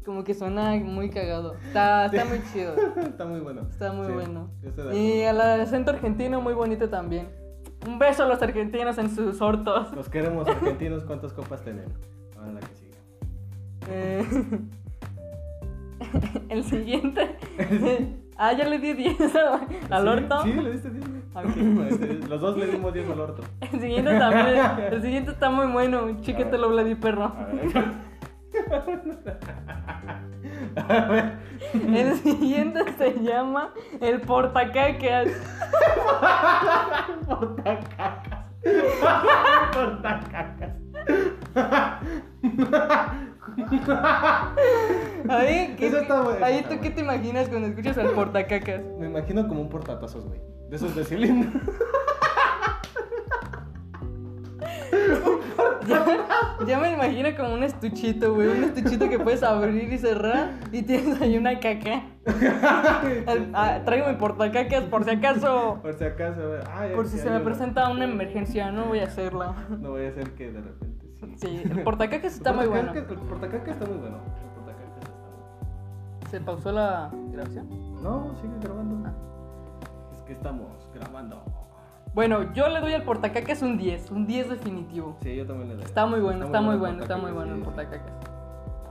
S1: como que suena muy cagado. Está, está muy chido.
S2: Está muy bueno.
S1: Está muy
S2: Sí,
S1: bueno.
S2: yo estoy de
S1: Y
S2: acuerdo.
S1: al acento argentino muy bonito también. Un beso a los argentinos en sus hortos.
S2: Los queremos argentinos, ¿cuántas copas tenemos? Ahora la que sigue.
S1: Eh, [LAUGHS] el
S2: [LAUGHS]
S1: siguiente. ah, ya le di 10 a- [LAUGHS] al
S2: ¿Sí?
S1: orto.
S2: Sí, le diste 10, güey. [LAUGHS]
S1: Ok.
S2: Este, Los dos le dimos 10 al orto.
S1: El siguiente también. El siguiente está muy bueno. Chiquetelo, Vladi Perro.
S2: A ver. A ver.
S1: [LAUGHS] El siguiente se llama El
S2: [LAUGHS]
S1: Portacacas. [LAUGHS] Ahí, ¿qué-
S2: Eso está bueno,
S1: ahí
S2: está
S1: tú qué
S2: bueno.
S1: te imaginas cuando escuchas al Portacacas.
S2: [LAUGHS]
S1: [LAUGHS]
S2: Me imagino como un portatazos, güey. De esos de cilindro.
S1: Ya, ya me imagino como un estuchito, güey. Un estuchito que puedes abrir y cerrar y tienes ahí una
S2: [LAUGHS]
S1: caca. Al- ah, traigo mi portacacas por si acaso.
S2: [LAUGHS] Por si acaso, güey. Ay,
S1: Por
S2: aquí
S1: si se
S2: hay
S1: me
S2: uno.
S1: presenta una emergencia, no voy a hacerla.
S2: No voy a hacer que de repente sí.
S1: Sí, el portacacas está muy bueno.
S2: El portacaca está muy bueno. El portacaca está muy
S1: ¿Se pausó la grabación?
S2: bueno. No, sigue grabando.
S1: Ah.
S2: Es que estamos grabando.
S1: Bueno, yo le doy al portacacas un 10, un 10 definitivo.
S2: Sí, yo también le doy.
S1: Está muy bueno, está muy
S2: el
S1: bueno, está muy
S2: portacacas,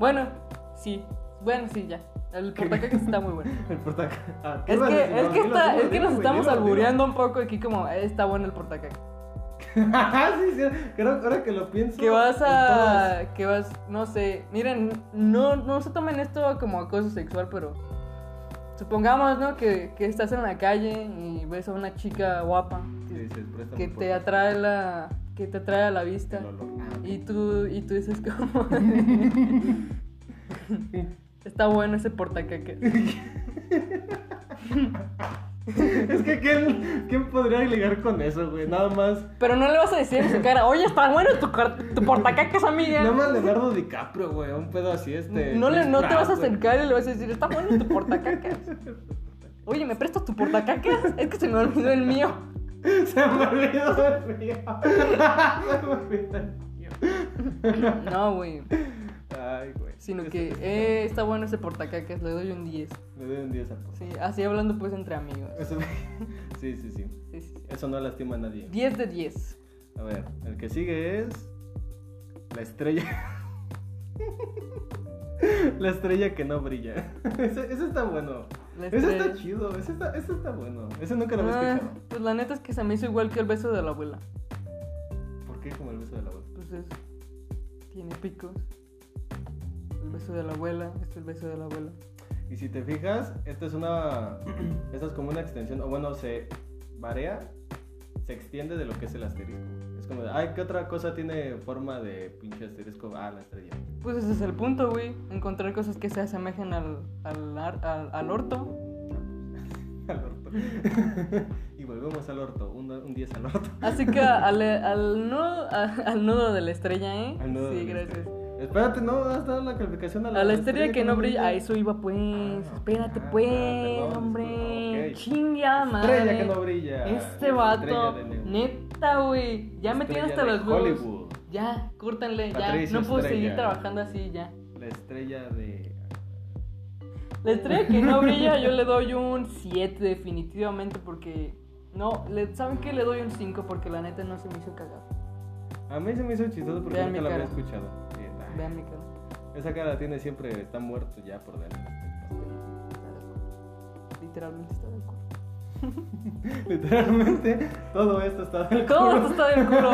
S1: bueno el
S2: sí, sí.
S1: portacacas. Bueno, sí, bueno, sí, ya. El portacacas está muy bueno.
S2: El portacaca. Ah, [LAUGHS] ¿qué
S1: Es
S2: ibas a
S1: que,
S2: decir?
S1: es
S2: No,
S1: que,
S2: dilo,
S1: está-
S2: dilo,
S1: es que
S2: dilo,
S1: nos
S2: güey,
S1: estamos
S2: dilo, dilo. [LAUGHS]
S1: albureando un poco aquí como, "Eh, está bueno el portacaca.
S2: Ah, sí, sí, creo que ahora que lo pienso.
S1: Que vas
S2: en todas-
S1: a... Que vas, no sé, miren, no, no se tomen esto como acoso sexual, pero supongamos, ¿no? Que, que estás en la calle y ves a una chica guapa
S2: Sí,
S1: que,
S2: dices, préstame
S1: que te
S2: un portacaca.
S1: atrae la... que te atrae a la vista.
S2: El olor. Ah, ok.
S1: Y tú, y tú dices como... [LAUGHS] está bueno ese portacaca.
S2: [LAUGHS] Es que ¿quién, ¿quién podría ligar con eso, güey? Nada más.
S1: Pero no le vas a decir en su cara, oye, está bueno tu, cor- tu portacacas, amiga.
S2: Nada más Leonardo DiCaprio, güey. Un pedo así, este.
S1: No, le,
S2: Chris
S1: no te
S2: Pratt,
S1: vas a
S2: güey.
S1: acercar y le vas a decir, está bueno tu portacacas. Oye, ¿me prestas tu portacacas? Es que se me olvidó el mío.
S2: [LAUGHS] Se me olvidó el mío. [LAUGHS] Se me olvidó el mío.
S1: No, güey.
S2: Ay, güey.
S1: Sino
S2: Este-
S1: que, eh, está bueno ese portacacas, le doy un 10.
S2: Le doy un 10 al post.
S1: Sí, así hablando pues entre amigos.
S2: Eso- [LAUGHS] Sí, sí, sí.
S1: Sí, sí, sí.
S2: Eso no lastima a nadie.
S1: 10 de 10.
S2: A ver, el que sigue es. La estrella. [LAUGHS] La estrella que no brilla. [LAUGHS] Ese, ese está bueno.
S1: La
S2: Ese está
S1: estrella.
S2: chido. Ese está, ese está bueno. Ese nunca lo había
S1: Este, Ah,
S2: escuchado.
S1: pues la neta es que se me hizo igual que el beso de la abuela.
S2: ¿Por qué como el beso de la abuela?
S1: Pues es, tiene picos. El beso de la abuela, este es el beso de la abuela.
S2: Y si te fijas, esta
S1: [CLEARS THROAT]
S2: es una. Esta es como una extensión. O bueno, se varía, se extiende de lo que es el asterisco. Es como de, ay, ¿qué otra cosa tiene forma de pinche asterisco? Ah, la estrella. [LAUGHS]
S1: Pues ese es el punto, güey. Encontrar cosas que se asemejen al, al, ar- al, al orto.
S2: Al orto. [LAUGHS] y volvemos al orto. Un, un 10 al orto. [LAUGHS]
S1: Así que al, al, nudo, al nudo de la estrella, ¿eh?
S2: Al nudo
S1: sí,
S2: de la
S1: gracias.
S2: Espérate, no, has dado la calificación a la,
S1: A la estrella que no brilla. A
S2: Ahí
S1: eso iba, pues.
S2: Ah,
S1: Espérate,
S2: ah,
S1: pues,
S2: perdón, disculpa,
S1: hombre.
S2: ok.
S1: Chinga, madre.
S2: Estrella que no brilla.
S1: Este
S2: La
S1: vato,
S2: estrella de Neu-
S1: neta, güey. Ya me tiene hasta
S2: estrella de
S1: los huevos.
S2: Hollywood.
S1: Ya, córtenle, ya.
S2: Patricio
S1: no puedo seguir
S2: Estrella.
S1: trabajando así, ya.
S2: La estrella de.
S1: La estrella que no brilla, yo le doy un 7 definitivamente porque... No, le- ¿saben qué? Le doy un 5 porque la neta no se me hizo cagar.
S2: A mí se me hizo chistoso porque
S1: Vean
S2: nunca
S1: mi
S2: la había
S1: cara.
S2: escuchado. Sí, ay.
S1: Vean mi cara.
S2: Esa cara la tiene siempre, está muerto ya por dentro. [LAUGHS]
S1: Está de acuerdo. Literalmente está del culo.
S2: Literalmente, todo esto está del culo.
S1: Todo esto está del
S2: [LAUGHS]
S1: culo.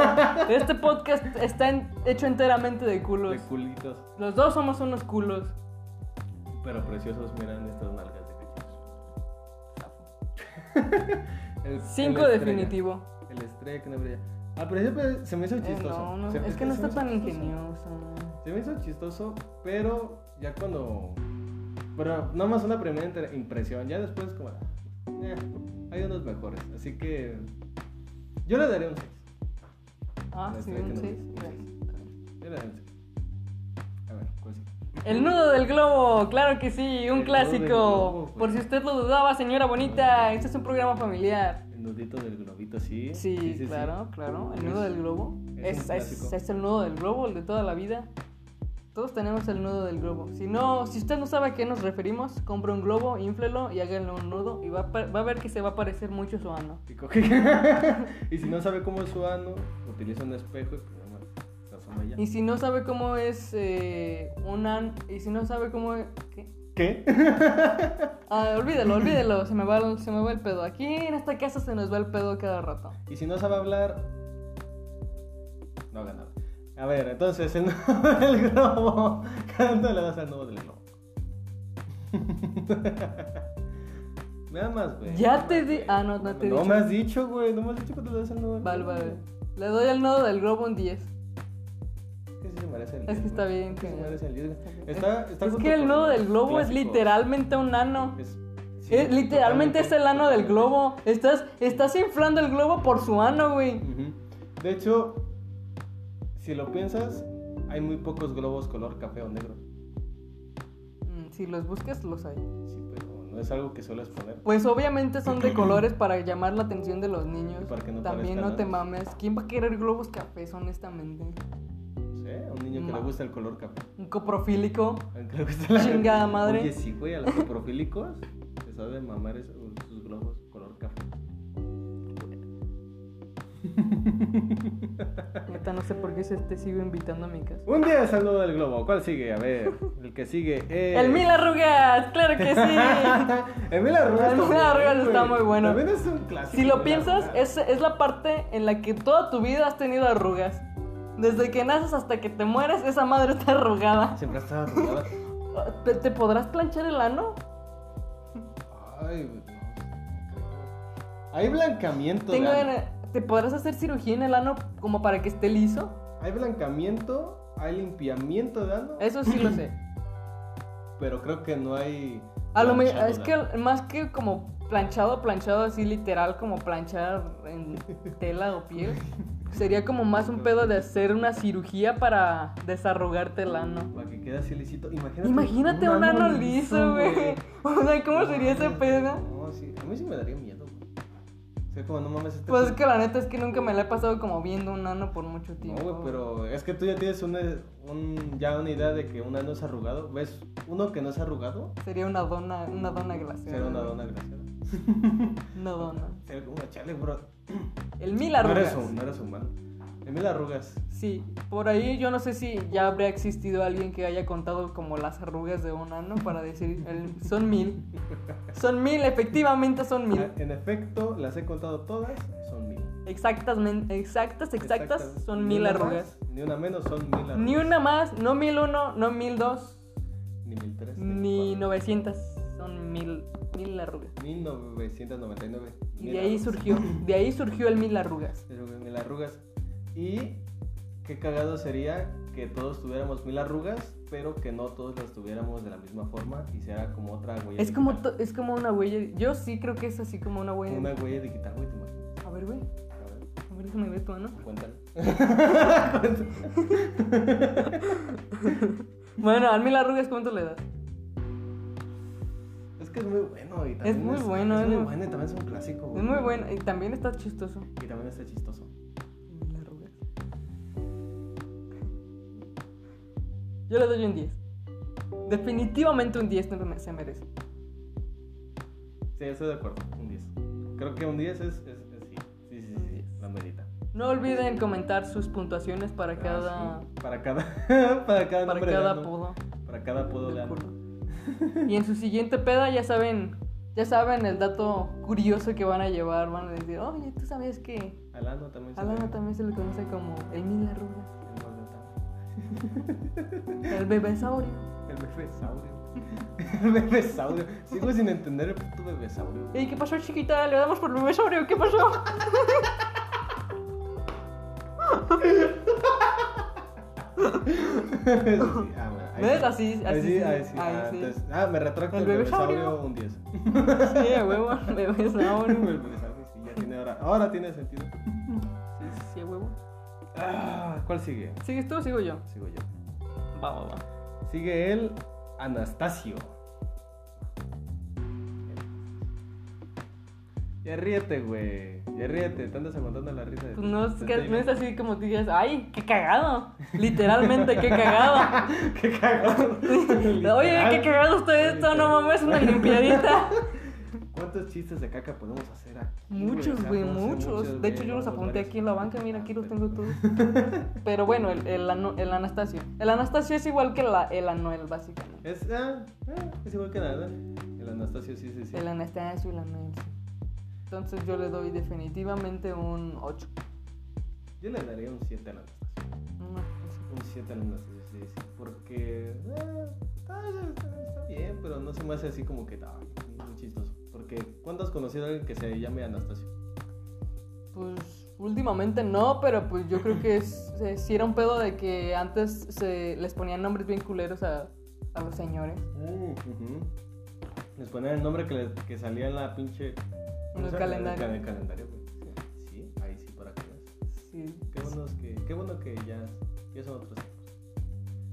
S1: Este podcast está en- hecho enteramente de culos.
S2: De culitos,
S1: Los dos somos unos culos.
S2: pero preciosos, miran estas nalgas de cachorros. [LAUGHS] El-
S1: Cinco
S2: el estrella.
S1: definitivo.
S2: El estrella que no brilla. Al principio se me hizo
S1: Eh,
S2: chistoso.
S1: no, no,
S2: Se-
S1: es que no
S2: se
S1: está
S2: me hizo
S1: tan
S2: chistoso.
S1: ingenioso.
S2: Se me hizo chistoso, pero ya cuando. Pero nada más una primera inter- impresión, ya después como. "Eh, hay unos mejores, así que. Yo le daría un 6.
S1: Ah,
S2: La
S1: sí,
S2: estrella
S1: un
S2: que no
S1: seis.
S2: brilla, un Yo le daría un 6. A ver, ¿cuál sigue?
S1: El nudo del globo, claro que sí, un
S2: El nudo del
S1: clásico.
S2: globo, pues.
S1: Por si usted lo dudaba, señora bonita, este es un programa familiar.
S2: El nudito del globito, sí.
S1: Sí, claro, claro. El nudo
S2: Es-
S1: del globo.
S2: es
S1: Es,
S2: un
S1: es-
S2: clásico.
S1: es el nudo del globo, el de toda la vida. Todos tenemos el nudo del globo. Si no, si usted no sabe a qué nos referimos, compre un globo, inflelo y háganle un nudo y va a, pa- va a ver que se va a parecer mucho a su ano.
S2: Y, coge- [LAUGHS] y si no sabe cómo es su ano, utiliza un espejo y pues nada más se asoma y ya.
S1: Y si no sabe cómo es eh, un an... Y si no sabe cómo es... ¿qué?
S2: ¿Qué?
S1: Ah, olvídelo, olvídelo. Se me, va el, se me va el pedo. Aquí en esta casa se nos va el pedo cada rato.
S2: Y si no sabe hablar, no haga nada. A ver, entonces, [LAUGHS] el nudo del globo. ¿Cuándo le das al nudo del globo? [LAUGHS] Me amas, güey.
S1: Ya
S2: Me
S1: te
S2: amas,
S1: di-
S2: güey.
S1: ah, no, no te he
S2: No
S1: dicho.
S2: me has dicho, güey. No me has dicho cuándo le das al nudo del
S1: Vale,
S2: globo,
S1: vale.
S2: güey.
S1: Le doy al nodo del globo un 10.
S2: Es que sí se merece el
S1: que
S2: diez,
S1: está
S2: güey.
S1: bien,
S2: Es que se
S1: que-
S2: merece el diez, güey. Está, está
S1: Es
S2: junto
S1: que el
S2: con
S1: nodo
S2: los
S1: del globo es
S2: clásicos.
S1: literalmente un ano.
S2: Es- sí,
S1: Es- literalmente es el ano del
S2: totalmente.
S1: globo. Estás, estás inflando el globo por su ano, güey.
S2: Ujú. De hecho, si lo piensas, hay muy pocos globos color café o negro.
S1: Mm, Si los buscas, los hay.
S2: Sí, pero no es algo que sueles poner.
S1: Pues obviamente son de colores para llamar la atención de los niños.
S2: Y para que no
S1: También
S2: parezcan
S1: no te
S2: anos.
S1: mames. ¿Quién va a querer globos cafés, honestamente?
S2: No sé, pues, ¿eh? a un niño que
S1: Ma.
S2: le gusta el color café. [LAUGHS]
S1: Un coprofílico.
S2: Aunque le gusta la-
S1: Chingada madre.
S2: Oye, sí, güey, a los coprofílicos se sabe mamar esos, sus globos color
S1: [LAUGHS]
S2: café.
S1: Neta, no sé por qué se te sigo invitando a mi casa.
S2: Un día saludo del globo. ¿Cuál sigue? A ver, el que sigue es.
S1: El
S2: [LAUGHS]
S1: Mil Arrugas, claro que sí.
S2: el Mil Arrugas.
S1: El
S2: está
S1: Mil
S2: bien,
S1: Arrugas
S2: güey.
S1: está muy bueno.
S2: También es un clásico.
S1: Si lo
S2: Mil
S1: piensas,
S2: Arrugas.
S1: es, es la parte en la que toda tu vida has tenido arrugas. Desde que naces hasta que te mueres, esa madre está arrugada.
S2: Siempre está arrugada.
S1: ¿Te, te podrás planchar el ano?
S2: Ay, no, no creo. Hay blancamiento. de
S1: Tengo
S2: ano.
S1: gana- ¿Te podrás hacer cirugía en el ano como para que esté liso?
S2: Hay blancamiento, hay limpiamiento de ano,
S1: Eso sí lo sé.
S2: pero creo que no hay.
S1: A lo me-
S2: planchado
S1: es
S2: de
S1: que
S2: ano.
S1: más que como planchado, planchado así literal, como planchar en tela o piel, sería como más un pedo de hacer una cirugía para desarrugarte el ano.
S2: Para que quede así lisito. Imagínate,
S1: Imagínate un ano liso, güey. O sea, ¿cómo sería ese
S2: No,
S1: pedo?
S2: No, sí. A mí sí me daría miedo, güey. O sea, como no mames este.
S1: Pues es
S2: pedo.
S1: que la neta es que nunca me la he pasado como viendo un ano por mucho
S2: No,
S1: tiempo.
S2: güey, pero es que tú ya tienes una, un, ya una idea de que un ano es arrugado. ¿Ves? Uno que no es arrugado
S1: Sería una dona, una dona glacial.
S2: será una dona glaciada.
S1: Una dona.
S2: Será como, chale, bro.
S1: El mil
S2: No
S1: arrugas.
S2: eres, un- no eres humano. En mil arrugas.
S1: Sí, por ahí yo no sé si ya habría existido alguien que haya contado como las arrugas de un ano para decir, el- son mil. Son mil, efectivamente son mil.
S2: Ah, En efecto, las he contado todas, son mil.
S1: Exactamente, exactas, exactas, son
S2: Ni
S1: mil
S2: una
S1: arrugas.
S2: más, ni una menos, son mil arrugas.
S1: Ni una más, no mil uno, no mil dos,
S2: Ni mil tres.
S1: ni
S2: cuatro.
S1: 900, son mil, mil arrugas.
S2: 1999.
S1: Y
S2: mil
S1: de ahí
S2: arrugas.
S1: surgió, de ahí surgió el mil arrugas.
S2: Pero güey, Mil arrugas. Y qué cagado sería que todos tuviéramos mil arrugas, pero que no todos las tuviéramos de la misma forma y sea como otra huella
S1: Es como,
S2: digital.
S1: to- es como una huella, yo sí creo que es así como una huella.
S2: Una huella digital, güey, te imaginas.
S1: A ver, güey, a
S2: A ver,
S1: ver, déjame ver tu ano.
S2: cuéntalo.
S1: [LAUGHS] Bueno, al mil arrugas, ¿cuánto le das?
S2: Es que es muy bueno y también
S1: muy bueno,
S2: Es muy
S1: ¿no?
S2: bueno y también es un clásico.
S1: Es
S2: güey.
S1: muy bueno, y también está chistoso.
S2: Y también está chistoso.
S1: Mil arrugas. Yo le doy un 10. Definitivamente un 10 no lo me- se merece.
S2: Sí, estoy de acuerdo. Un 10. Creo que un 10 es, es, es sí. Sí, sí, sí,
S1: Un
S2: sí.
S1: 10.
S2: La merita.
S1: No olviden comentar sus puntuaciones para cada,
S2: Ah, sí. Para cada. [LAUGHS] para
S1: para
S2: cada nombre de
S1: cada
S2: ano.
S1: apodo.
S2: Para cada apodo de
S1: del
S2: ano.
S1: culo. Y en su siguiente peda ya saben, ya saben el dato curioso que van a llevar, van a decir, oye, ¿tú sabías que
S2: Al ano también se
S1: a
S2: le-
S1: Lana también se le conoce como el mil arrugas,
S2: el gordetano.
S1: el bebesaurio?
S2: El bebesaurio. [LAUGHS] El bebesaurio. Sigo sin entender el puto bebesaurio.
S1: ¿Y qué pasó, chiquita? ¿Le damos por bebesaurio? ¿Qué pasó? [LAUGHS]
S2: Eso [LAUGHS] sí, ah, bueno, ahí
S1: ¿Ves?
S2: sí.
S1: Así,
S2: Ahí
S1: así,
S2: sí,
S1: sí.
S2: ahí sí.
S1: Ahí
S2: ah,
S1: sí.
S2: entonces- ah, me retracto
S1: El
S2: el
S1: bebesaurio.
S2: bebesaurio un 10.
S1: Sí, a huevo,
S2: [LAUGHS]
S1: [LAUGHS]
S2: El
S1: bebesaurio.
S2: bebesaurio sí, ya tiene ahora. Ahora tiene sentido.
S1: Sí, sí, sí, a huevo.
S2: Ah, ¿Cuál sigue?
S1: ¿Sigues tú o sigo yo?
S2: Sigo yo.
S1: Va, va, va.
S2: Sigue el Anastasio. Ya ríete, güey. Ya ríete, te andas aguantando la risa. de-
S1: Pues no, es
S2: de
S1: que-
S2: Taylor.
S1: no es así como tú digas, ¡ay, qué cagado! Literalmente, qué [LAUGHS] cagado.
S2: [LAUGHS] qué cagado.
S1: [LAUGHS] Oye, qué cagado está esto, no mames, una limpiadita.
S2: ¿Cuántos chistes de caca podemos hacer aquí?
S1: Muchos, güey,
S2: Estamos en
S1: muchos. De hecho,
S2: güey,
S1: yo los
S2: vamos,
S1: apunté
S2: varios.
S1: aquí en la banca, mira, aquí los tengo todos. Pero bueno, el, el, ano- el Anastasio. El Anastasio es igual que la- el Anuel, básicamente.
S2: Es, ah, ah, es igual que nada. El Anastasio sí, sí, sí.
S1: El Anastasio y el Anuel. sí. Entonces yo le doy definitivamente un 8.
S2: Yo le daría un 7 al Anastasio. Un 7 al Anastasio, sí, sí. Porque ah, está, está- está bien, pero no se me hace así como que ah, muy chistoso. Porque ¿cuándo has conocido a alguien que se llame Anastasio?
S1: Pues últimamente no, pero pues yo creo que es, [LAUGHS] se- sí era un pedo de que antes se les ponían nombres bien culeros a, a los señores.
S2: Ujú. Les ponían el nombre que, le- que salía en la pinche.
S1: En el
S2: ¿cómo se llama? En el
S1: calendario.
S2: ca- en el calendario, güey. Sí, ahí sí, para que veas.
S1: Sí.
S2: Qué bueno, es que, qué bueno que ya, ya son otros tiempos.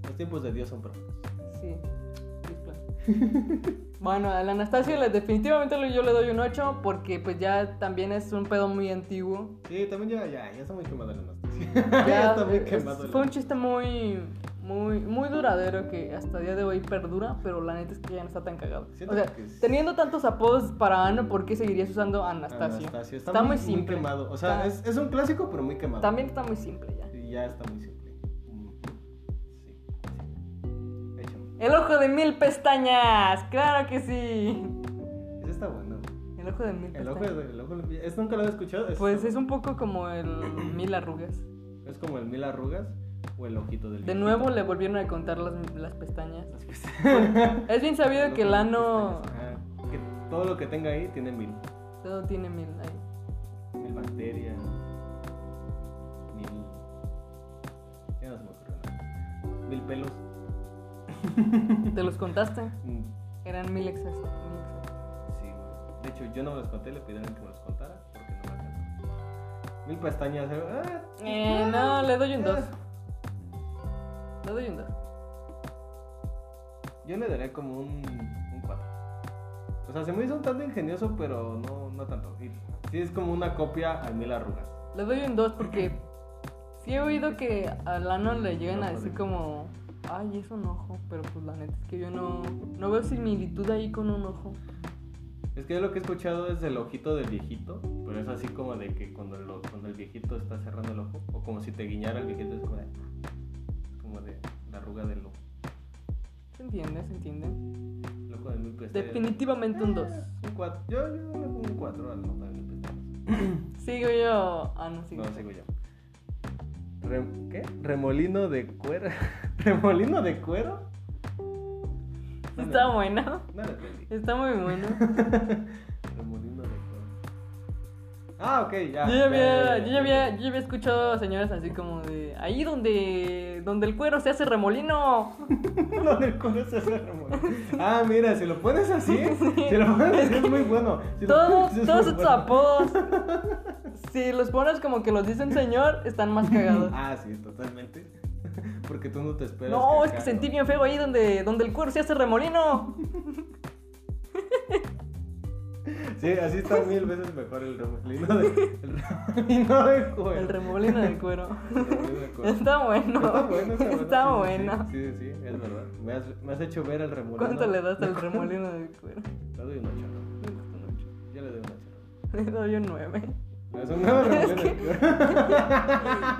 S2: Los tiempos de Dios son perfectos.
S1: Sí. [LAUGHS] bueno, al Anastasio le- definitivamente lo- yo le doy un 8 porque pues ya también es un pedo muy antiguo.
S2: Sí, también ya, ya, ya está muy quemado
S1: [LAUGHS]
S2: el Anastasio.
S1: Ya,
S2: [LAUGHS] ya, está muy
S1: eh,
S2: quemado
S1: es-
S2: el
S1: Fue un chiste muy, muy, muy duradero que hasta el día de hoy perdura, pero la neta es que ya no está tan cagado.
S2: Siento
S1: O sea,
S2: que es-
S1: teniendo tantos apodos para Ano, ¿por qué seguirías usando Anastasio?
S2: Está,
S1: Está
S2: muy,
S1: muy simple.
S2: Muy quemado. O sea, es,
S1: Está-
S2: es un clásico, pero muy quemado.
S1: También está muy simple ya.
S2: Sí, ya está muy simple. Ujú. Sí, sí. Échame.
S1: El ojo de mil pestañas, claro que sí.
S2: Ese está bueno.
S1: El ojo de mil
S2: El ojo,
S1: pestañas.
S2: el ojo, es nunca lo he escuchado. Es-
S1: Este Pues es un poco como el mil arrugas.
S2: Es como el mil arrugas o el ojito del
S1: De
S2: viejito.
S1: nuevo le volvieron a contar las, las pestañas. [LAUGHS]
S2: Las pestañas.
S1: Es bien sabido que el ano
S2: Ah, que todo lo que tenga ahí tiene mil.
S1: todo tiene mil ahí.
S2: Mil bacterias. Mil. Ya no se me ocurrió nada. Mil pelos.
S1: ¿Te los contaste?
S2: Mm,
S1: Eran mil exas. mil exas.
S2: Sí, güey. De hecho, yo no me los conté, le pidieron que me los contara porque no me alcanzó. Mil pestañas. eh, ah,
S1: Eh, no, le doy un 2.
S2: eh.
S1: Le doy un 2.
S2: Yo le daría como un, un 4. O sea, se me hizo un tanto ingenioso, pero no, no tanto. Y sí, es como una copia al mil arrugas.
S1: Le doy un 2 porque sí he oído que al ano le llegan a
S2: Ojo de-
S1: decir como, ay, es un ojo, pero pues la neta es que yo no, no veo similitud ahí con un ojo.
S2: Es que yo lo que he escuchado es del ojito del viejito, pero es así como de que cuando, lo- cuando el viejito está cerrando el ojo, o como si te guiñara el viejito, es como de, como de la arruga del ojo.
S1: ¿Se entiende? ¿Se entiende?
S2: El ojo de mil pestañas.
S1: Definitivamente un 2.
S2: Eh, Un 4. Yo, yo le pongo un 4 al ojo de mil pestañas.
S1: Sigo yo. Ah, no, sigo.
S2: No, sigo yo. Rem- ¿Qué? ¿Remolino de cuero? [LAUGHS] ¿Remolino de cuero? No,
S1: Está
S2: no,
S1: bueno.
S2: no lo entendí.
S1: Está muy bueno.
S2: Remolino de cuero. Ah, ok, ya.
S1: Yo ya había, yo ya había, yo ya había escuchado a señoras así como de ahí donde, donde el cuero se hace remolino.
S2: [LAUGHS] Lo del cuero se hace remolino. Ah, mira, si lo
S1: [LAUGHS]
S2: pones así, si lo pones así es muy bueno. Si lo
S1: Todo-
S2: pones así es
S1: todos
S2: muy
S1: estos
S2: bueno.
S1: apodos.
S2: [LAUGHS]
S1: Si los pones como que los dicen señor, están más cagados.
S2: Ah, sí, totalmente. [LAUGHS] Porque tú no te esperas.
S1: No, es que
S2: acá,
S1: sentí
S2: ¿no?
S1: bien feo ahí donde, donde el cuero se hace remolino.
S2: Sí, así está mil veces mejor el remolino de,
S1: [LAUGHS]
S2: el remolino de cuero.
S1: El remolino del cuero.
S2: [LAUGHS] El remolino de cuero.
S1: [LAUGHS] Está bueno.
S2: Está bueno, está bueno.
S1: Está bueno.
S2: Sí, Sí, sí, sí, sí, es verdad. Me has, me has hecho ver el remolino.
S1: ¿Cuánto le das al remolino del cuero?
S2: Le doy un 8, ¿no? Le doy un 8. Yo le doy un 8.
S1: Le doy un 9.
S2: No, son
S1: [LAUGHS]
S2: nuevas
S1: Es
S2: reuniones.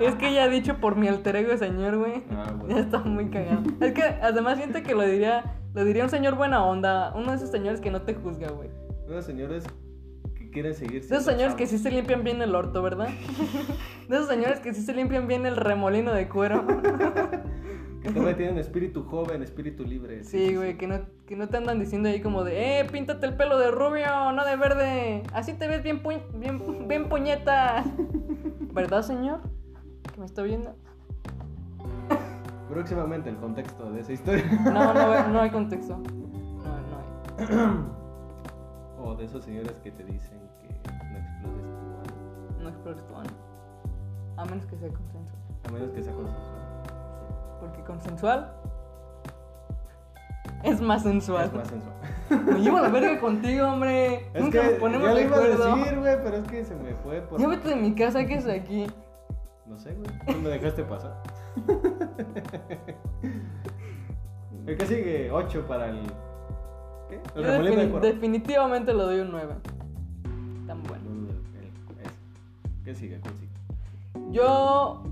S1: [LAUGHS] Es que ya dicho por mi alter ego de señor, güey.
S2: Ah,
S1: [LAUGHS]
S2: bueno.
S1: Ya está muy cagado. Es que además siento que lo diría, lo diría un señor buena onda, uno de esos señores que no te juzga, güey.
S2: Unos señores que quieren seguir
S1: De esos
S2: siendo
S1: señores que
S2: chavos.
S1: sí se limpian bien el orto, ¿verdad? De esos señores que sí se limpian bien el remolino de cuero.
S2: Que todavía tienen espíritu joven, espíritu libre.
S1: Sí, güey, que no, que no te andan diciendo ahí como de, eh, píntate el pelo de rubio, no de verde. Así te ves bien, puñ- bien, bien puñeta. ¿Verdad, señor? ¿Que me está viendo?
S2: Próximamente el contexto de esa historia.
S1: [LAUGHS] No, no, no hay contexto. No, no hay.
S2: o de esos señores que te dicen que no explotes tu ano.
S1: No explores tu ano. A menos que sea consensual.
S2: A menos que sea consensual.
S1: Porque consensual es más sensual.
S2: Es
S1: [LAUGHS]
S2: más sensual.
S1: Me llevo la verga contigo, hombre.
S2: Es
S1: Nunca
S2: que
S1: nos ponemos
S2: ya
S1: de
S2: le iba a
S1: acuerdo.
S2: decir, güey, pero es que se me fue por...
S1: Ya vete de mi casa, que es aquí.
S2: No sé, güey. No me
S1: [LAUGHS]
S2: dejaste pasar. el que sigue 8 para el... ¿Qué?
S1: Yo
S2: El remolino de
S1: defini-
S2: cuerpo.
S1: definitivamente le doy un 9. Tan
S2: Ah,
S1: bueno.
S2: El- el- ese. ¿Qué sigue? ¿Cuál sigue? [LAUGHS]
S1: Yo.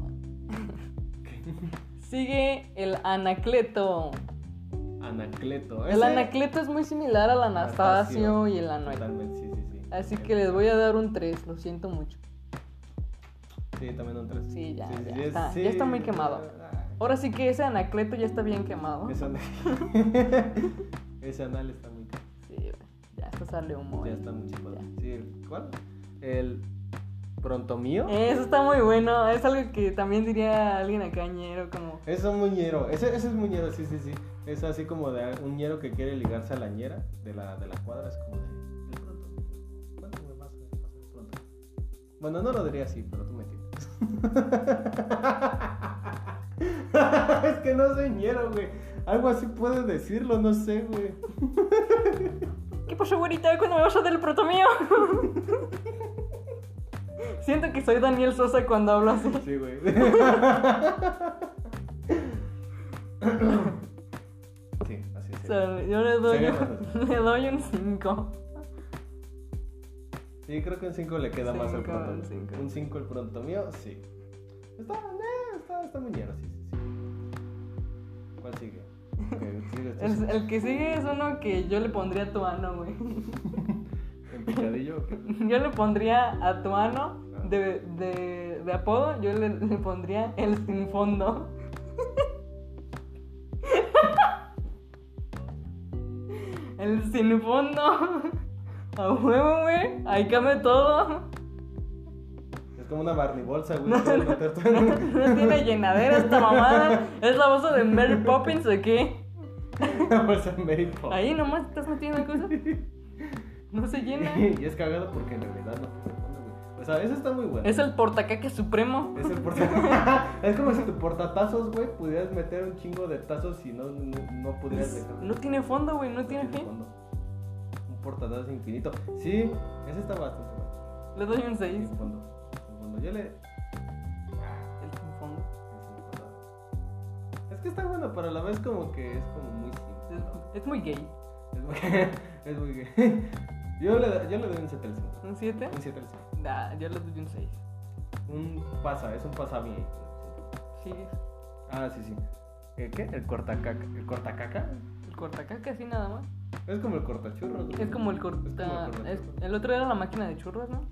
S1: Sigue el Anacleto.
S2: Anacleto.
S1: El
S2: Ese-
S1: Anacleto es muy similar al Anastasio y el Anuel.
S2: Totalmente, sí, sí, sí.
S1: Así que les voy a dar un 3, lo siento mucho.
S2: Sí, también un 3.
S1: Sí, ya, ya está, ya está muy quemado. Ahora sí que ese Anacleto ya está bien quemado. [LAUGHS]
S2: Ese anal... [LAUGHS] Ese anal está muy quemado.
S1: Sí, güey, ya hasta sale humo. eh.
S2: Ya
S1: ahí.
S2: está muy chupado.
S1: Ya.
S2: Sí, el- ¿cuál? El pronto mío.
S1: Eso está muy bueno. Es algo que también diría alguien acañero, como.
S2: Es un muñero. Ese, ese es muñero, sí, sí, sí. Es así como de un ñero que quiere ligarse a la ñera de la, de la cuadra. Es como de. El pronto mío. ¿Cuánto me vas a pasar el pronto? Bueno, no lo diría así, pero tú me entiendes. [LAUGHS] es que no soy ñero, güey. Algo así puedes decirlo, no sé, güey.
S1: ¿Qué pasó, güerita? ¿Cuándo me vas a dar el proto mío? [LAUGHS] Siento que soy Daniel Sosa cuando hablo así.
S2: Sí, güey. sí, así
S1: O
S2: es.
S1: sea, yo le doy,
S2: Sí,
S1: un, [LAUGHS] le doy un 5.
S2: Sí, creo que un 5 le queda más
S1: Cinco,
S2: al pronto.
S1: un cinco.
S2: Un 5 el pronto mío, sí. Está, eh, está, está muñero, sí, sí, sí. ¿Cuál sigue? Ok, sigue este
S1: [LAUGHS]
S2: tú.
S1: El, el que sigue es uno que yo le pondría a tu ano, güey.
S2: ¿En
S1: [LAUGHS]
S2: picadillo? o qué?
S1: Yo le pondría a tu ano de, de, de apodo, yo le, le pondría el sin fondo. [LAUGHS] El sin fondo. A huevo, güey. Ahí cabe todo.
S2: Es como una barnibolsa, güey. puedes meter todo
S1: [LAUGHS]
S2: en [LAUGHS] un-
S1: No tiene llenadera esta mamada. ¿Es la voz de Mary Poppins o qué?
S2: una bolsa de Mary Poppins.
S1: Ahí nomás estás metiendo cosas. No se
S2: [LAUGHS]
S1: llena.
S2: Y es cagado porque en realidad no te responde, güey. O sea, eso está muy bueno.
S1: Es el portacaque supremo.
S2: Es el porta- [LAUGHS] es como si tu portatazos, güey, pudieras meter un chingo de tazos y no, no, no pudieras dejar.
S1: No tiene fondo, güey. No tiene fin.
S2: fondo. Un portatazos infinito. Sí, ese está bastante bueno.
S1: Le doy un 6.
S2: Sin fondo. Sin fondo. Yo le.
S1: El sin fondo.
S2: Es que está bueno, pero a la vez como que es como muy simple. ¿no?
S1: Es, es muy gay.
S2: Es muy, es muy [LAUGHS] gay. Yo le, yo le doy un 7 al 5.
S1: ¿Un 7?
S2: Un 7 al 5.
S1: Nah, yo le doy un 6.
S2: Un pasa, es un pasa bien.
S1: Sí,
S2: Ah, sí, sí. ¿El qué? El cortacaca. ¿El cortacaca?
S1: el cortacaca así nada más.
S2: Es como el cortachurros. güey.
S1: Es como el
S2: Es como
S1: corta...
S2: el
S1: es-
S2: cortachurros.
S1: el otro era la máquina de churros, ¿no?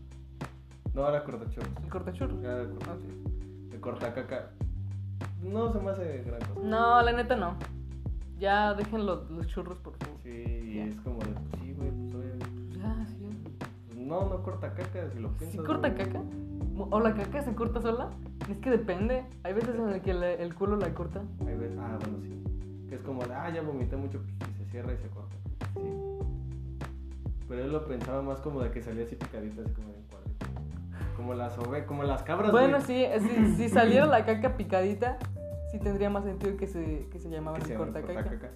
S2: No, era cortachurros.
S1: El cortachurros. Ah,
S2: Era el cortachurros. El cortacaca. No se me hace gran cosa.
S1: No, la neta no. Ya dejen los, los churros, por favor.
S2: Sí, y es como de, pues, sí, güey, pues obviamente.
S1: Ya, sí.
S2: Pues, no, no corta caca, si lo piensas.
S1: ¿Sí corta
S2: güey.
S1: caca? ¿O la caca se corta sola? Es que depende. Hay veces en el que le- el culo la corta.
S2: Ahí ves, ah, bueno, sí. Que es como de, ah, ya vomité mucho, pues, y se cierra y se corta. Sí. Pero yo lo pensaba más como de que salía así picadita, así como de cuadrito. Como las ove, como las cabras,
S1: Bueno,
S2: güey,
S1: sí, eh, si, si saliera la caca picadita, sí tendría más sentido que se, que se llamaba
S2: que se
S1: el
S2: llaman
S1: corta caca.
S2: cortacaca.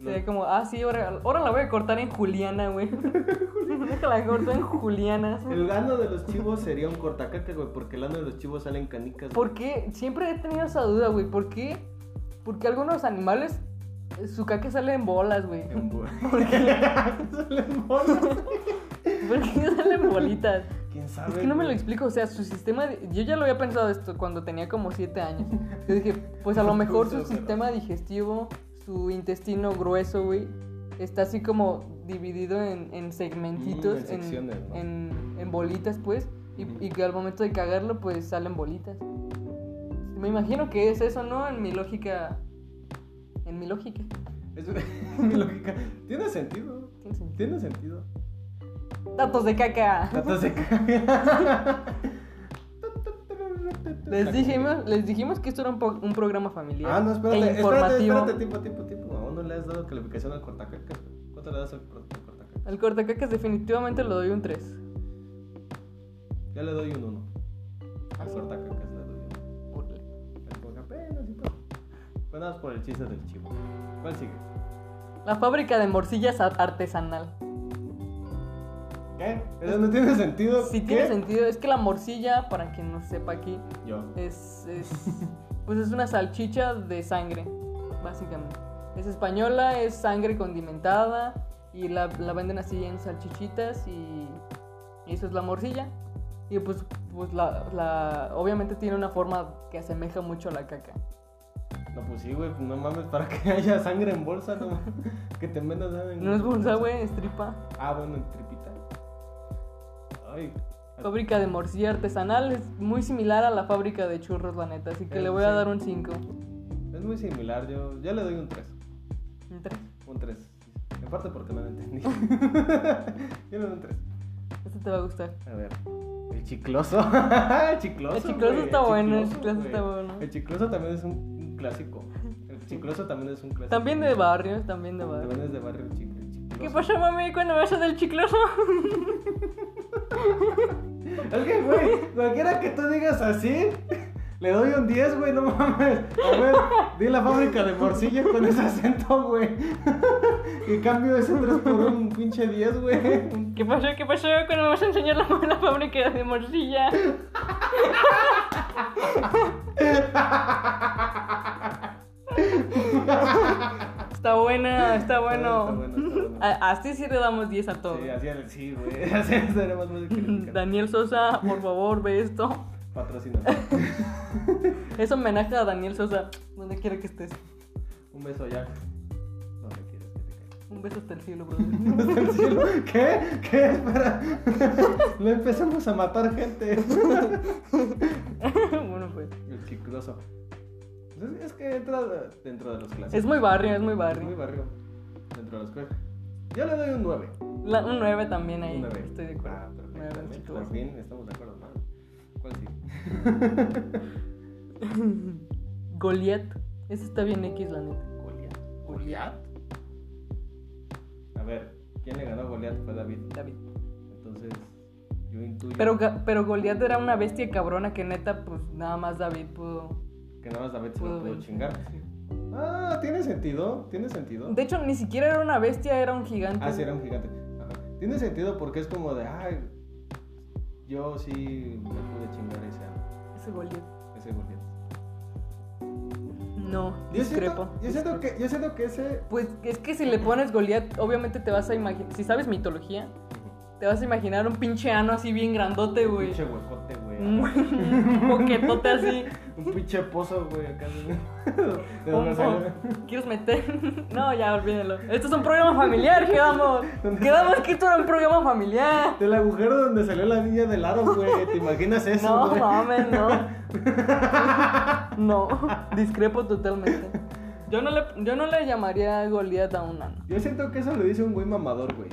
S2: Lo-
S1: Sería como, ah, sí, ahora, ahora la voy a cortar en Juliana, güey. [LAUGHS] la corto en Juliana.
S2: El ano de los chivos sería un cortacaca, güey, porque el ano de los chivos salen canicas. güey.
S1: ¿Por qué? Siempre he tenido esa duda, güey. ¿Por qué? Porque algunos animales, eh, su caca sale en bolas, güey. [LAUGHS]
S2: [LAUGHS] En bu- Salen bolas.
S1: ¿Por qué salen bolitas?
S2: ¿Quién sabe?
S1: Es que no me lo
S2: güey?
S1: explico, o sea, su sistema, de- yo ya lo había pensado esto cuando tenía como 7 años. Yo dije, pues
S2: [LAUGHS]
S1: a lo mejor su sistema digestivo, su intestino grueso, güey, está así como dividido en, en
S2: Mm,
S1: segmentitos,
S2: en
S1: en,
S2: secciones, ¿no?
S1: en- en bolitas, pues, y,
S2: Ujú.
S1: y que al momento de cagarlo, pues salen bolitas. Me imagino que es eso, ¿no? En mi lógica, en mi lógica.
S2: Es [LAUGHS] mi lógica. Tiene sentido.
S1: Tiene sentido.
S2: Tiene sentido.
S1: Datos de caca.
S2: Datos de caca. [LAUGHS]
S1: Les, dijimos, les dijimos que esto era un, po- un programa familiar.
S2: Ah, no,
S1: e
S2: espérate, espérate,
S1: informativo.
S2: espérate, tiempo, tiempo, tiempo. Aún no le has dado calificación al cortacacas. güey. ¿Cuánto le das al cort- al cortacacas?
S1: Al cortacacas definitivamente lo doy un 3.
S2: Ya le doy un 1. Al
S1: Ah.
S2: cortacacas le doy un uno. Al coca- bueno, sí, pues. Bueno, vamos por el chiste del chivo. ¿Cuál sigue?
S1: La fábrica de morcillas a- artesanal.
S2: ¿Qué? Eso no tiene sentido.
S1: Si
S2: ¿Qué?
S1: tiene sentido, es que la morcilla, para quien no sepa aquí,
S2: Yo.
S1: es, es- pues es una salchicha de sangre, básicamente. Es española, es sangre condimentada y la, la venden así en salchichitas y eso es la morcilla. Y pues, pues la, la- obviamente tiene una forma que asemeja mucho a la caca.
S2: No, pues sí, güey, pues no mames, para que [LAUGHS] haya sangre en bolsa, no mames. Que te vendas sangre en
S1: No es bolsa, güey, es tripa.
S2: Ah, bueno, en tripita. Ay,
S1: Fábrica de morcilla artesanal es muy similar a la fábrica de churros, la neta. Así que
S2: Eh,
S1: le voy a
S2: sí.
S1: dar un 5.
S2: es muy similar, yo, yo le doy un 3. Un 3. En parte porque no lo entendí. [LAUGHS] yo le doy un 3.
S1: Este te va a gustar.
S2: A ver. El chicloso. [LAUGHS] el chicloso.
S1: El chicloso
S2: güey,
S1: está bueno, el chicloso
S2: güey.
S1: está bueno.
S2: El chicloso también es un, un clásico. El chicloso también es un clásico.
S1: También de barrio, también de barrio.
S2: También es de barrio el chic- el chicloso.
S1: ¿Qué pasa, mami, cuando vas a del
S2: [LAUGHS]
S1: chicloso?
S2: Es que, güey, cualquiera que tú digas así, le doy un 10, güey, no mames. A ver, di la fábrica de morcilla con ese acento, güey. [LAUGHS] Y cambio ese 3 por un pinche 10, güey.
S1: ¿Qué pasó, qué pasó cuando me vas a enseñar la, la fábrica de
S2: [LAUGHS]
S1: morcilla? está buena, está bueno.
S2: Está bueno, está bueno.
S1: A- Así sí le damos 10 a todo. [LAUGHS]
S2: Sí, así es, sí, güey. [LAUGHS] Así es, tenemos más de crítica.
S1: Daniel Sosa, por favor, ve esto.
S2: Patrocina.
S1: Es homenaje a Daniel Sosa, donde quiera que estés.
S2: Un beso ya. No me quieres que te caiga.
S1: Un beso hasta el cielo,
S2: [LAUGHS]
S1: brother.
S2: Hasta el cielo. ¿Qué? ¿Qué? Espera. [LAUGHS] No empezamos a matar gente.
S1: bueno, pues.
S2: El chicloso. Es- Es que entra dentro de los clásicos.
S1: Es muy barrio, es muy
S2: Es Muy
S1: barrio.
S2: barrio. Dentro de los cuerpos. Yo le doy un 9.
S1: La- un 9 también ahí,
S2: Un 9.
S1: estoy de acuerdo.
S2: Ah, perfecto.
S1: Nueve,
S2: También,
S1: chicos.
S2: Por fin estamos de acuerdo, ¿no? ¿Cuál sí?
S1: Goliath. Ese está bien X, la neta.
S2: Goliat. ¿Goliat? A ver, ¿quién le ganó a Goliat? Fue David.
S1: David.
S2: Entonces, yo intuyo
S1: Pero, Ga- pero Goliath era una bestia cabrona que neta, pues nada más David pudo.
S2: que nada más David se
S1: pudo
S2: lo pudo
S1: vencer.
S2: chingar.
S1: Sí.
S2: Ah, tiene sentido, tiene sentido.
S1: De hecho, ni siquiera era una bestia, era un gigante.
S2: Ah, sí, era un gigante. Ajá. Tiene sentido porque es como de, ay, yo sí me pude chingar ese,
S1: Ese Goliath.
S2: ese Goliat.
S1: No,
S2: Yo
S1: discrepo.
S2: siento, yo siento que, yo siento que ese...
S1: Pues es que si le pones Goliath, obviamente te vas a imaginar. Si sabes mitología, te vas a imaginar un pinche ano así bien grandote,
S2: Un
S1: güey.
S2: pinche huecote, güey. [LAUGHS]
S1: Un un boquetote así.
S2: Un pinche pozo, güey, acá.
S1: [LAUGHS] Un
S2: De donde sale-
S1: bo- ¿Quieres meter? [LAUGHS] No, ya olvídalo. Esto es un programa familiar,
S2: [LAUGHS]
S1: quedamos. Quedamos que esto era un programa familiar.
S2: Del agujero donde salió la niña del aro, güey. ¿Te imaginas eso,
S1: No,
S2: güey?
S1: mames,
S2: [LAUGHS]
S1: no. No, discrepo totalmente. Yo no le, yo no le llamaría Goliath a un ano.
S2: Yo siento que eso lo dice un güey mamador, güey.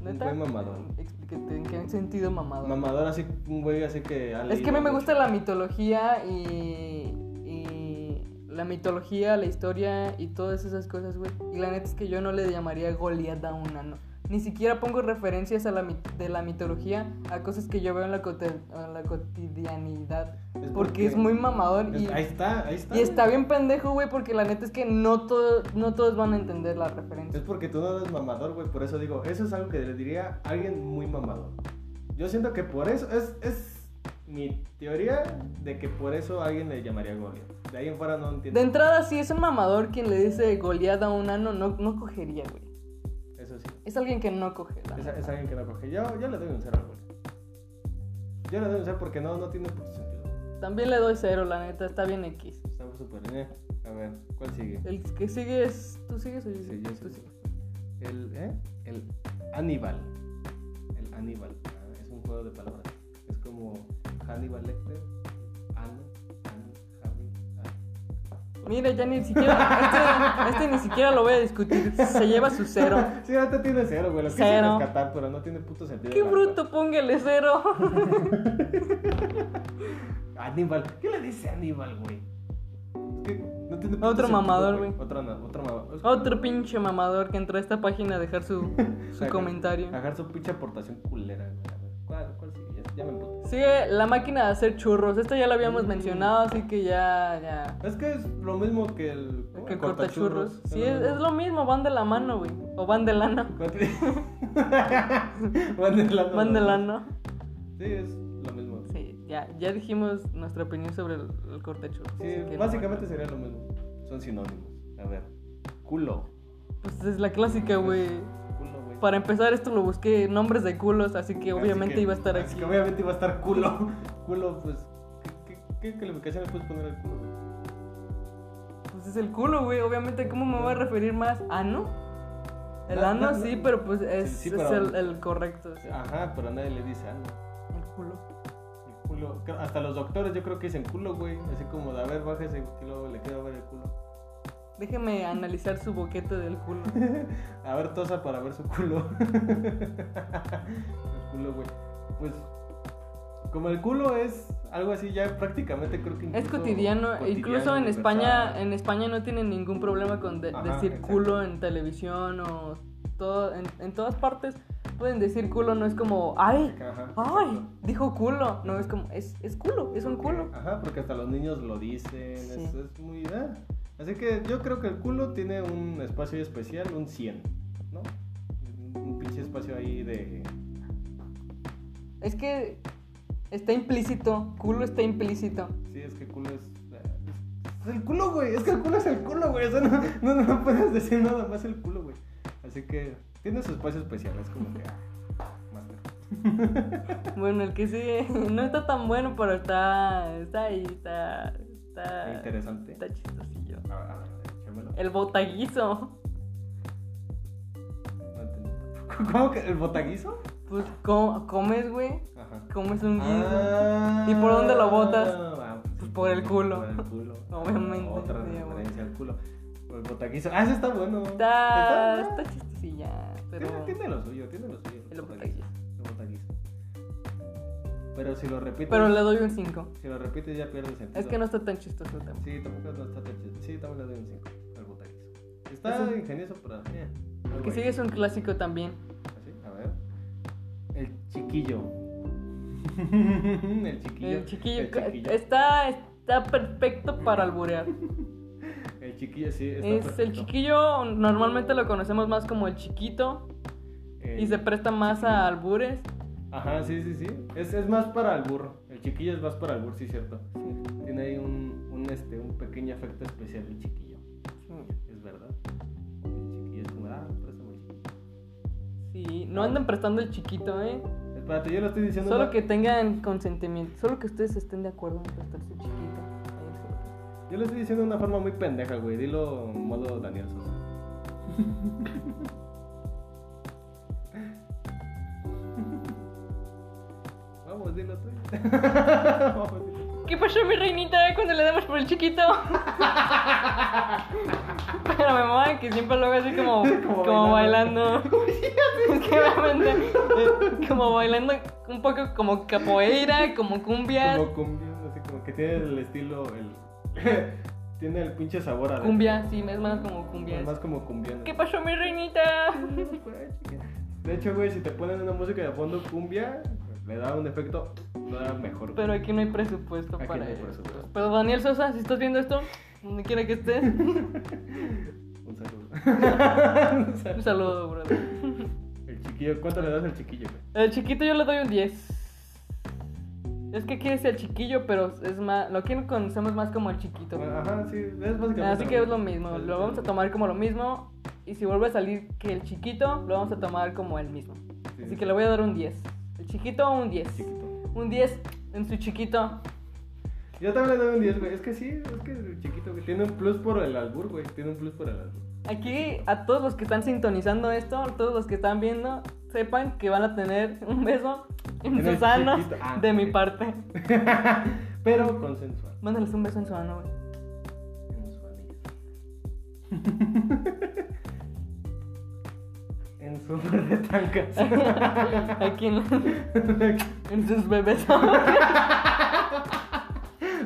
S2: Un
S1: ¿Neta?
S2: güey mamador.
S1: Explíquete, ¿en qué sentido mamado?
S2: Mamador así, un güey así que... ha
S1: Es que a mí
S2: leído
S1: me
S2: mucho.
S1: gusta la mitología y, y la mitología, la historia y todas esas cosas, güey. Y la neta es que yo no le llamaría Goliat a un ano. Ni siquiera pongo referencias a la mit- de la mitología a cosas que yo veo en la, cote- en la cotidianidad.
S2: Es
S1: porque, es muy mamador
S2: es-
S1: y,
S2: Ahí está, ahí está.
S1: y está bien pendejo, güey, porque la neta es que no, todo, no todos van a entender la referencia.
S2: Es porque tú no eres mamador, güey. Por eso digo, eso es algo que le diría a alguien muy mamador. Yo siento que por eso... Es, es mi teoría de que por eso alguien le llamaría Goliath. De ahí en fuera no entiendo.
S1: De entrada, si es un mamador quien le dice Goliat a un ano, no, no cogería, güey.
S2: Eso sí.
S1: Es alguien que no coge. la
S2: Es,
S1: neta.
S2: es alguien que no coge. Yo, yo le doy un cero al Goliat. Yo la denuncié porque no, no tiene puto sentido.
S1: También le doy cero, la neta, está bien X.
S2: Estamos súper bien. A ver, ¿cuál sigue?
S1: El que sigue es. ¿Tú sigues o yo
S2: Sí,
S1: sigo?
S2: yo
S1: Tú
S2: sigo.
S1: sigues.
S2: El, ¿eh? El Aníbal. El Aníbal. Ah, es un juego de palabras. Es como Hannibal Lecter. An, An, Javi, ah.
S1: Mira, ya ni siquiera. Este, este ni siquiera lo voy a discutir. Se lleva su cero.
S2: [LAUGHS] Sí, ahorita tiene cero, güey. Lo quise
S1: Cero.
S2: rescatar, pero no tiene puto sentido.
S1: ¡Qué
S2: la
S1: bruto! Póngale cero. [LAUGHS]
S2: verdad. Aníbal. ¿Qué le dice Aníbal, güey? Es que no tiene puto
S1: Otro
S2: sentido,
S1: mamador, güey.
S2: Otro, na- otro mamador.
S1: Otro pinche mamador que entró a esta página a dejar su, su
S2: Ajá.
S1: comentario.
S2: Agarrar su pinche aportación culera, güey. A ver, ¿cuál, cuál sigue? Ya, ya me emputé.
S1: Sigue la máquina de hacer churros. Esta ya la habíamos
S2: Mm.
S1: mencionado, así que ya. ya.
S2: Es que es lo mismo que el. ¿cómo?
S1: Que
S2: Oh, El Ah.
S1: corta churros. Sí, es,
S2: lo
S1: es lo mismo, van de la mano, güey. O van de
S2: [LAUGHS]
S1: lana.
S2: Mandelano.
S1: Van de lana.
S2: Sí, es lo mismo. Sí,
S1: Sí, ya, ya dijimos nuestra opinión sobre el, el corte churros. así que no,
S2: básicamente
S1: bueno.
S2: sería lo mismo. Son sinónimos. A ver. Culo.
S1: Pues es la clásica, güey.
S2: Culo, güey.
S1: Para empezar, esto lo busqué nombres de culos, así que
S2: Así
S1: obviamente
S2: que-
S1: iba a estar
S2: así
S1: aquí.
S2: que obviamente iba a estar culo. [LAUGHS] Culo, pues. ¿Qué, qué, qué calificación le puedes poner al culo? güey?
S1: Pues es el culo, güey. Obviamente, ¿cómo me voy a referir más? ¿Ano? El
S2: No,
S1: ano
S2: Ah, no, no.
S1: sí, pero pues es,
S2: Sí, sí,
S1: es
S2: pero-
S1: el, el correcto. sí.
S2: Ajá, pero nadie le dice algo.
S1: El culo.
S2: El culo. Creo- Hasta los doctores yo creo que dicen culo, güey. Así como de a ver, bájese, que luego le quiero ver el culo.
S1: Déjeme analizar su boquete del culo.
S2: A ver, tosa para ver su culo. [LAUGHS] el culo, güey. Pues, como el culo es algo así, ya prácticamente creo que.
S1: Es
S2: incluso
S1: cotidiano, incluso en
S2: universal.
S1: España, en España no tienen ningún problema con de-
S2: Ajá,
S1: decir
S2: exacto.
S1: culo en televisión o todo, en, en todas partes pueden decir culo, no es como, ay,
S2: Ajá,
S1: ay,
S2: exacto.
S1: dijo culo, no es como, es, es culo, es un culo.
S2: Ajá, porque hasta los niños lo dicen.
S1: Sí.
S2: Es, es muy. ah. Así que yo creo que el culo tiene un espacio especial, un 100, ¿no? Un- Un pinche espacio ahí de.
S1: Es que está implícito, culo está implícito.
S2: Sí, es que el culo es. es el culo, güey. Es que el culo es el culo, güey. O sea, no, no, no puedes decir nada más el culo, güey. Así que tiene su espacio especial. Es como que. ah, master.
S1: Bueno, el que sigue [LAUGHS] no está tan bueno, pero está, está ahí, está, está,
S2: Interesante.
S1: está chistosillo.
S2: A ver, a ver, échamelo.
S1: El botaguizo.
S2: No entendí [LAUGHS] tampoco. ¿Cómo que el botaguizo?
S1: Pues co- comes, güey.
S2: Ajá.
S1: Comes un guiso. Mm. ¿Y por dónde lo botas?
S2: Ah,
S1: Pues por el culo.
S2: Por el culo.
S1: [LAUGHS] Obviamente,
S2: Otra
S1: sí, güey.
S2: referencia al culo. Por el botaguizo. Ah, ese está bueno.
S1: Está,
S2: Está-
S1: está chistosilla, pero...
S2: Tiene, tiene lo suyo, tiene lo suyo.
S1: El botaguizo.
S2: El botaguizo. Pero si lo repites.
S1: Pero le doy un 5.
S2: Si lo repites ya pierde sentido.
S1: Es que no está tan chistoso tampoco.
S2: Sí, tampoco no está tan chido. Sí, también le doy un 5 al botaguizo. Está
S1: Eso.
S2: ingenioso, pero... Eh,
S1: El
S2: algo
S1: que
S2: ahí.
S1: sigue es un clásico también.
S2: Así, a ver. El chiquillo. [LAUGHS] el chiquillo.
S1: El chiquillo,
S2: El chiquillo,
S1: Está, está perfecto para alburear.
S2: El chiquillo, sí. Está
S1: es el
S2: perfecto.
S1: chiquillo, normalmente lo conocemos más como el chiquito
S2: El-
S1: y se presta más a albures.
S2: Ajá, sí, sí, sí. Es, es más para el burro. El chiquillo es más para el burro, sí, cierto. Tiene ahí un, un, este, un pequeño efecto especial el chiquillo. Es verdad. El chiquillo es como, ah, préstame el chiquillo.
S1: Sí, no anden prestando el chiquito, ¿eh?
S2: Espérate, yo lo estoy diciendo.
S1: Solo
S2: mal.
S1: que tengan consentimiento, solo que ustedes estén de acuerdo en prestar su chiquito. Ahí se lo-
S2: Yo lo estoy diciendo de una forma muy pendeja, güey. Dilo en modo Daniel
S1: [LAUGHS]
S2: Sosa. Vamos, dilo tú. Vamos, dilo.
S1: ¿Qué pasó, mi reinita, cuando le damos por el
S2: [LAUGHS]
S1: chiquito? Pero me mola que siempre lo hago así como,
S2: [LAUGHS] Como
S1: como,
S2: bailando.
S1: bailando.
S2: [LAUGHS]
S1: es [LAUGHS] que obviamente, eh, como bailando un poco como capoeira, como cumbias.
S2: Como cumbia, así como que tiene el estilo, el... [LAUGHS] tiene el pinche sabor a...
S1: Cumbia, sí, es más como cumbias.
S2: Más como cumbia. [LAUGHS]
S1: ¿Qué pasó, mi reinita?
S2: De hecho, güey, si te ponen una música de fondo cumbia, le da un efecto todavía mejor.
S1: Pero aquí no hay presupuesto
S2: Aquí
S1: para
S2: no hay
S1: eso.
S2: presupuesto.
S1: Pero Daniel Sosa, si estás viendo esto, donde quiera que
S2: [LAUGHS]
S1: estés,
S2: Un saludo. [LAUGHS] Un
S1: un
S2: saludo.
S1: saludo, brother.
S2: El chiquillo, ¿cuánto le das al chiquillo, güey?
S1: El chiquito yo le doy un 10. Es que aquí es el chiquillo, pero es más. Lo que conocemos más como el chiquito.
S2: Bueno, Ajá, sí, es básicamente.
S1: Así que es lo mismo.
S2: Es-
S1: Lo vamos a tomar como lo mismo. Y si vuelve a salir que el chiquito, lo vamos a tomar como el mismo.
S2: Sí,
S1: Así que le voy a dar un 10. El chiquito, un 10.
S2: chiquito.
S1: Un 10 en su chiquito.
S2: Yo también le doy un 10, güey. Es que sí, es que es chiquito, güey. Tiene un plus por el albur, güey. Tiene un plus por el albur.
S1: Aquí a todos los que están sintonizando esto, a todos los que están viendo, sepan que van a tener un beso en
S2: En el
S1: sus anos
S2: chiquito. Ah,
S1: de mi
S2: ok.
S1: parte.
S2: Pero consensual.
S1: Mándales un beso en su ano, güey.
S2: En su anillo. [LAUGHS] en su de tancas.
S1: Aquí en, en sus bebés.
S2: [LAUGHS]
S1: [LAUGHS]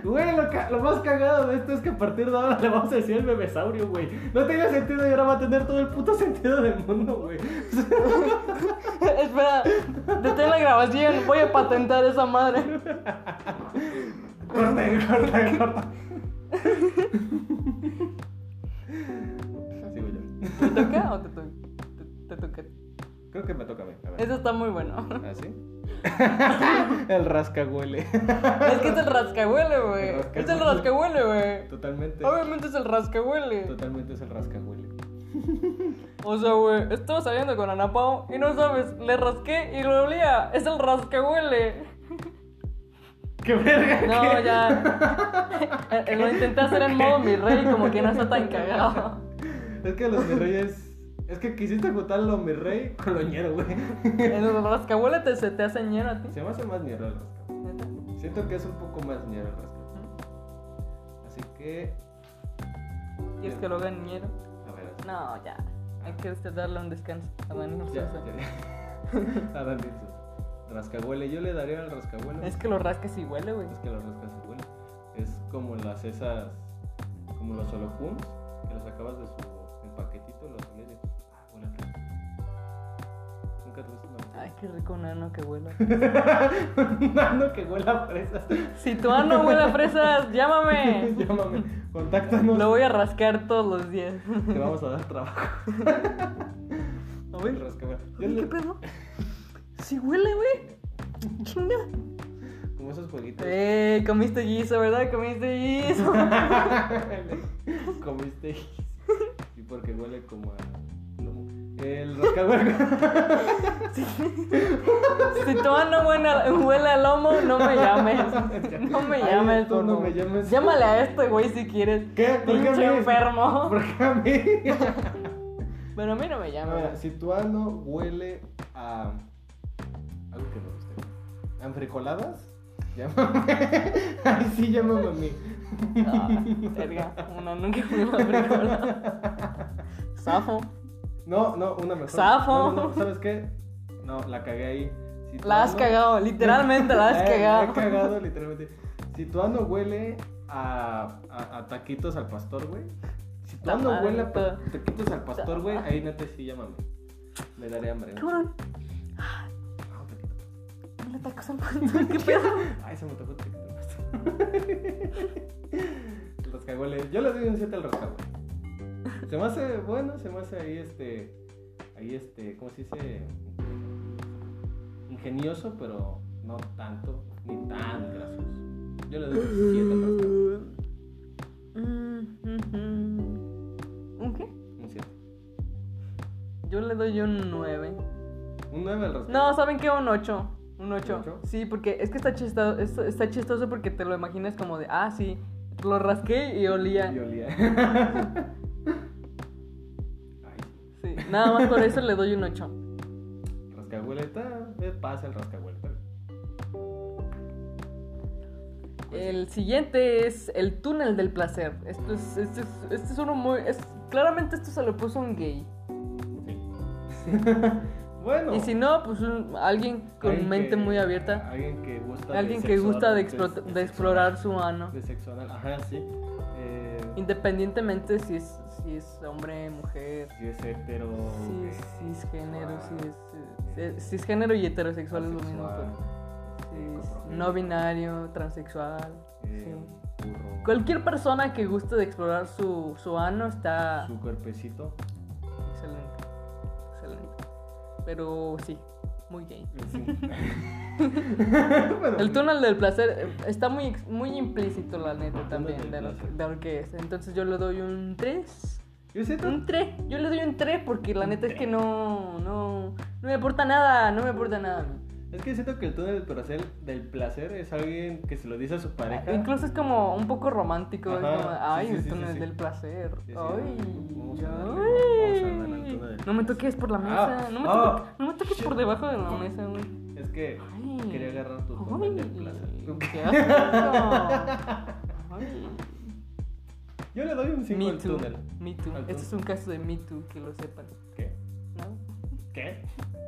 S2: Güey, lo, ca- lo más cagado de esto es que a partir de ahora le vamos a decir el bebesaurio, güey. No tenía sentido y ahora va a tener todo el puto sentido del mundo, güey.
S1: Espera, detén la grabación. Voy a patentar esa madre.
S2: corta, [LAUGHS] corta, corta. Sigo yo.
S1: ¿Te toca o te toca? Te, te toca.
S2: Creo que me toca a mí. A ver.
S1: Eso está muy bueno.
S2: ¿Así? [LAUGHS] el rascahuele.
S1: Es que es el rascahuele, güey.
S2: El rascahuele.
S1: Es el rascahuele, güey.
S2: Totalmente.
S1: Obviamente es el rascahuele.
S2: Totalmente es el rascahuele.
S1: O sea, güey, estaba saliendo con Ana Pao y no sabes, le rasqué y lo olía. Es el rascahuele.
S2: ¡Qué verga!
S1: No,
S2: qué?
S1: ya. Eh, eh, Lo intenté hacer en modo mi rey, como que no está tan cagado. [LAUGHS]
S2: Es que los mi reyes. Es que quisiste juntarlo mi rey con loñero, güey. [LAUGHS]
S1: El rascahuele te, se te hace ñero a ti.
S2: Se me hace más ñero el rascahuele.
S1: ¿Neta?
S2: Siento que es un poco más ñero el rascahuele. Así que.
S1: ¿Y es que lo hagan ñero?
S2: A ver. así.
S1: No, ya. Hay que usted darle un descanso a Daniel
S2: Ya,
S1: Sosa.
S2: ya. [LAUGHS] Adán dice, Rascahuele. Yo le daría al rascahuele.
S1: Es que lo rascas y huele, güey.
S2: Es que los rascacielos es como las esas, como los holocuns, que los sacabas de su el paquetito, los olías y ah, huele a fresco. Nunca tuviste
S1: Ay, qué rico un ano que huele.
S2: una [LAUGHS] Un nano que huela a fresas.
S1: [LAUGHS] Si tu ano huele a fresas, llámame.
S2: [LAUGHS] Llámame, contáctanos.
S1: Lo voy a rascar todos los días.
S2: [LAUGHS] Te vamos a dar trabajo.
S1: [LAUGHS]
S2: no voy a rascar. Yo
S1: Ay, ¿Qué
S2: le-
S1: pedo? Sí huele, güey. Chinga.
S2: Como esos jueguitos.
S1: Eh, comiste guiso, ¿verdad? Comiste guiso.
S2: [LAUGHS] Comiste y porque huele como a lomo. El rascahuele.
S1: Si tu ano huele a, huele a lomo, no me llames.
S2: [LAUGHS]
S1: No me
S2: Ay,
S1: llames,
S2: tú
S1: por
S2: no
S1: favor.
S2: me llames.
S1: Llámale a este güey si quieres.
S2: ¿Qué? ¿Por qué a
S1: Pinche
S2: mí?
S1: enfermo.
S2: ¿Por qué a mí?
S1: Pero a mí no me
S2: Ahora,
S1: llames.
S2: si tu ano huele a algo que me guste. ¿A enfrijoladas? Llámame. [LAUGHS] Ay, sí, llámame a mí.
S1: Ah, verga. Uno nunca fui a frijola. Safo.
S2: No, no, una mejor.
S1: Safo.
S2: No, no, ¿Sabes qué? No, la cagué ahí. Si tu
S1: La has
S2: ano-
S1: cagado, literalmente la has
S2: Eh, La he
S1: cagado.
S2: cagado, literalmente. Si tu ano huele a, a, a taquitos al pastor, güey. Si tu
S1: Ta
S2: ano
S1: madre,
S2: huele a pa-
S1: ta-
S2: taquitos al pastor, güey, ahí neta sí llámame. Me daré hambre. ¿no?
S1: Cabrón,
S2: Ah, un taquito.
S1: no te acusas [LAUGHS] por- ¿Qué pedo?
S2: Ay, se me tocó el El rascahuele. Yo le doy un 7 al rascahuele. Se me hace bueno, se me hace ahí este. Ahí este. ¿Cómo se dice? Ingenioso, pero no tanto, ni tan grasoso. Yo le doy un 7 al rascahuele.
S1: Mm, mm, mm. ¿Un qué?
S2: Un 7.
S1: Yo le doy un 9.
S2: Un 9 al rascahuele.
S1: No, ¿saben qué? Un 8. Un 8.
S2: ¿Ocho?
S1: Sí, porque es que está chistoso, está chistoso porque te lo imaginas como de, ah, sí, lo rasqué y olía.
S2: Y olía. Ay,
S1: Sí, nada más por eso le doy un 8.
S2: rascahuele está. eh, Pasa el rascahuele. Pues
S1: El siguiente es el túnel del placer. Esto es, este es, este es uno muy... es- claramente esto se lo puso un gay.
S2: Sí. [LAUGHS] bueno.
S1: Y si no, pues un- alguien con
S2: Alguien
S1: mente
S2: que-
S1: muy abierta.
S2: Alguien que gusta
S1: Alguien
S2: de
S1: que
S2: sexo
S1: gusta
S2: anal,
S1: de, explo-
S2: de-
S1: de explorar su ano.
S2: De sexo anal, ajá, sí. Eh,
S1: Independientemente si es, si es hombre, mujer,
S2: si es hetero.
S1: si
S2: eh,
S1: es
S2: gay,
S1: cisgénero, si es,
S2: eh,
S1: si es género y heterosexual es lo mismo.
S2: asexual,
S1: pero si es
S2: coprofílico,
S1: no binario, transexual.
S2: eh,
S1: sí.
S2: burro,
S1: Cualquier persona que guste de explorar su, su ano está
S2: Su cuerpecito.
S1: excelente. Excelente. Pero sí, muy gay.
S2: Sí.
S1: [LAUGHS]
S2: Bueno,
S1: El túnel del placer eh, está muy, ex- muy implícito, la neta,
S2: El túnel
S1: también,
S2: del
S1: de lo, que-
S2: placer.
S1: de lo que es. Entonces yo le doy un 3.
S2: [LAUGHS] Yo siento.
S1: Un 3. Yo le doy un 3 porque la
S2: Un
S1: neta es que
S2: tres.
S1: no, no, no me aporta nada, no me aporta nada.
S2: Es que siento que el túnel del placer, del placer es alguien que se lo dice a su pareja.
S1: Ah, Incluso es como un poco romántico. es
S2: Ajá,
S1: como,
S2: sí,
S1: ay,
S2: sí,
S1: el
S2: sí,
S1: túnel
S2: sí, sí.
S1: del placer.
S2: Sí, sí.
S1: Ay,
S2: Vamos a
S1: ay.
S2: darle, vamos a darle al túnel del
S1: No me toques por la mesa.
S2: Ah,
S1: no, me
S2: ah,
S1: toques, no me toques por debajo de la mesa, güey.
S2: Es que
S1: Ay.
S2: quería agarrar tu túnel
S1: Ay,
S2: del placer.
S1: qué asco. Ay.
S2: [LAUGHS] Yo le doy un 5
S1: Me
S2: al
S1: too.
S2: túnel.
S1: Me too.
S2: Al túnel.
S1: Este es un caso de Me too, que lo sepan.
S2: ¿Qué?
S1: ¿no?
S2: ¿Qué?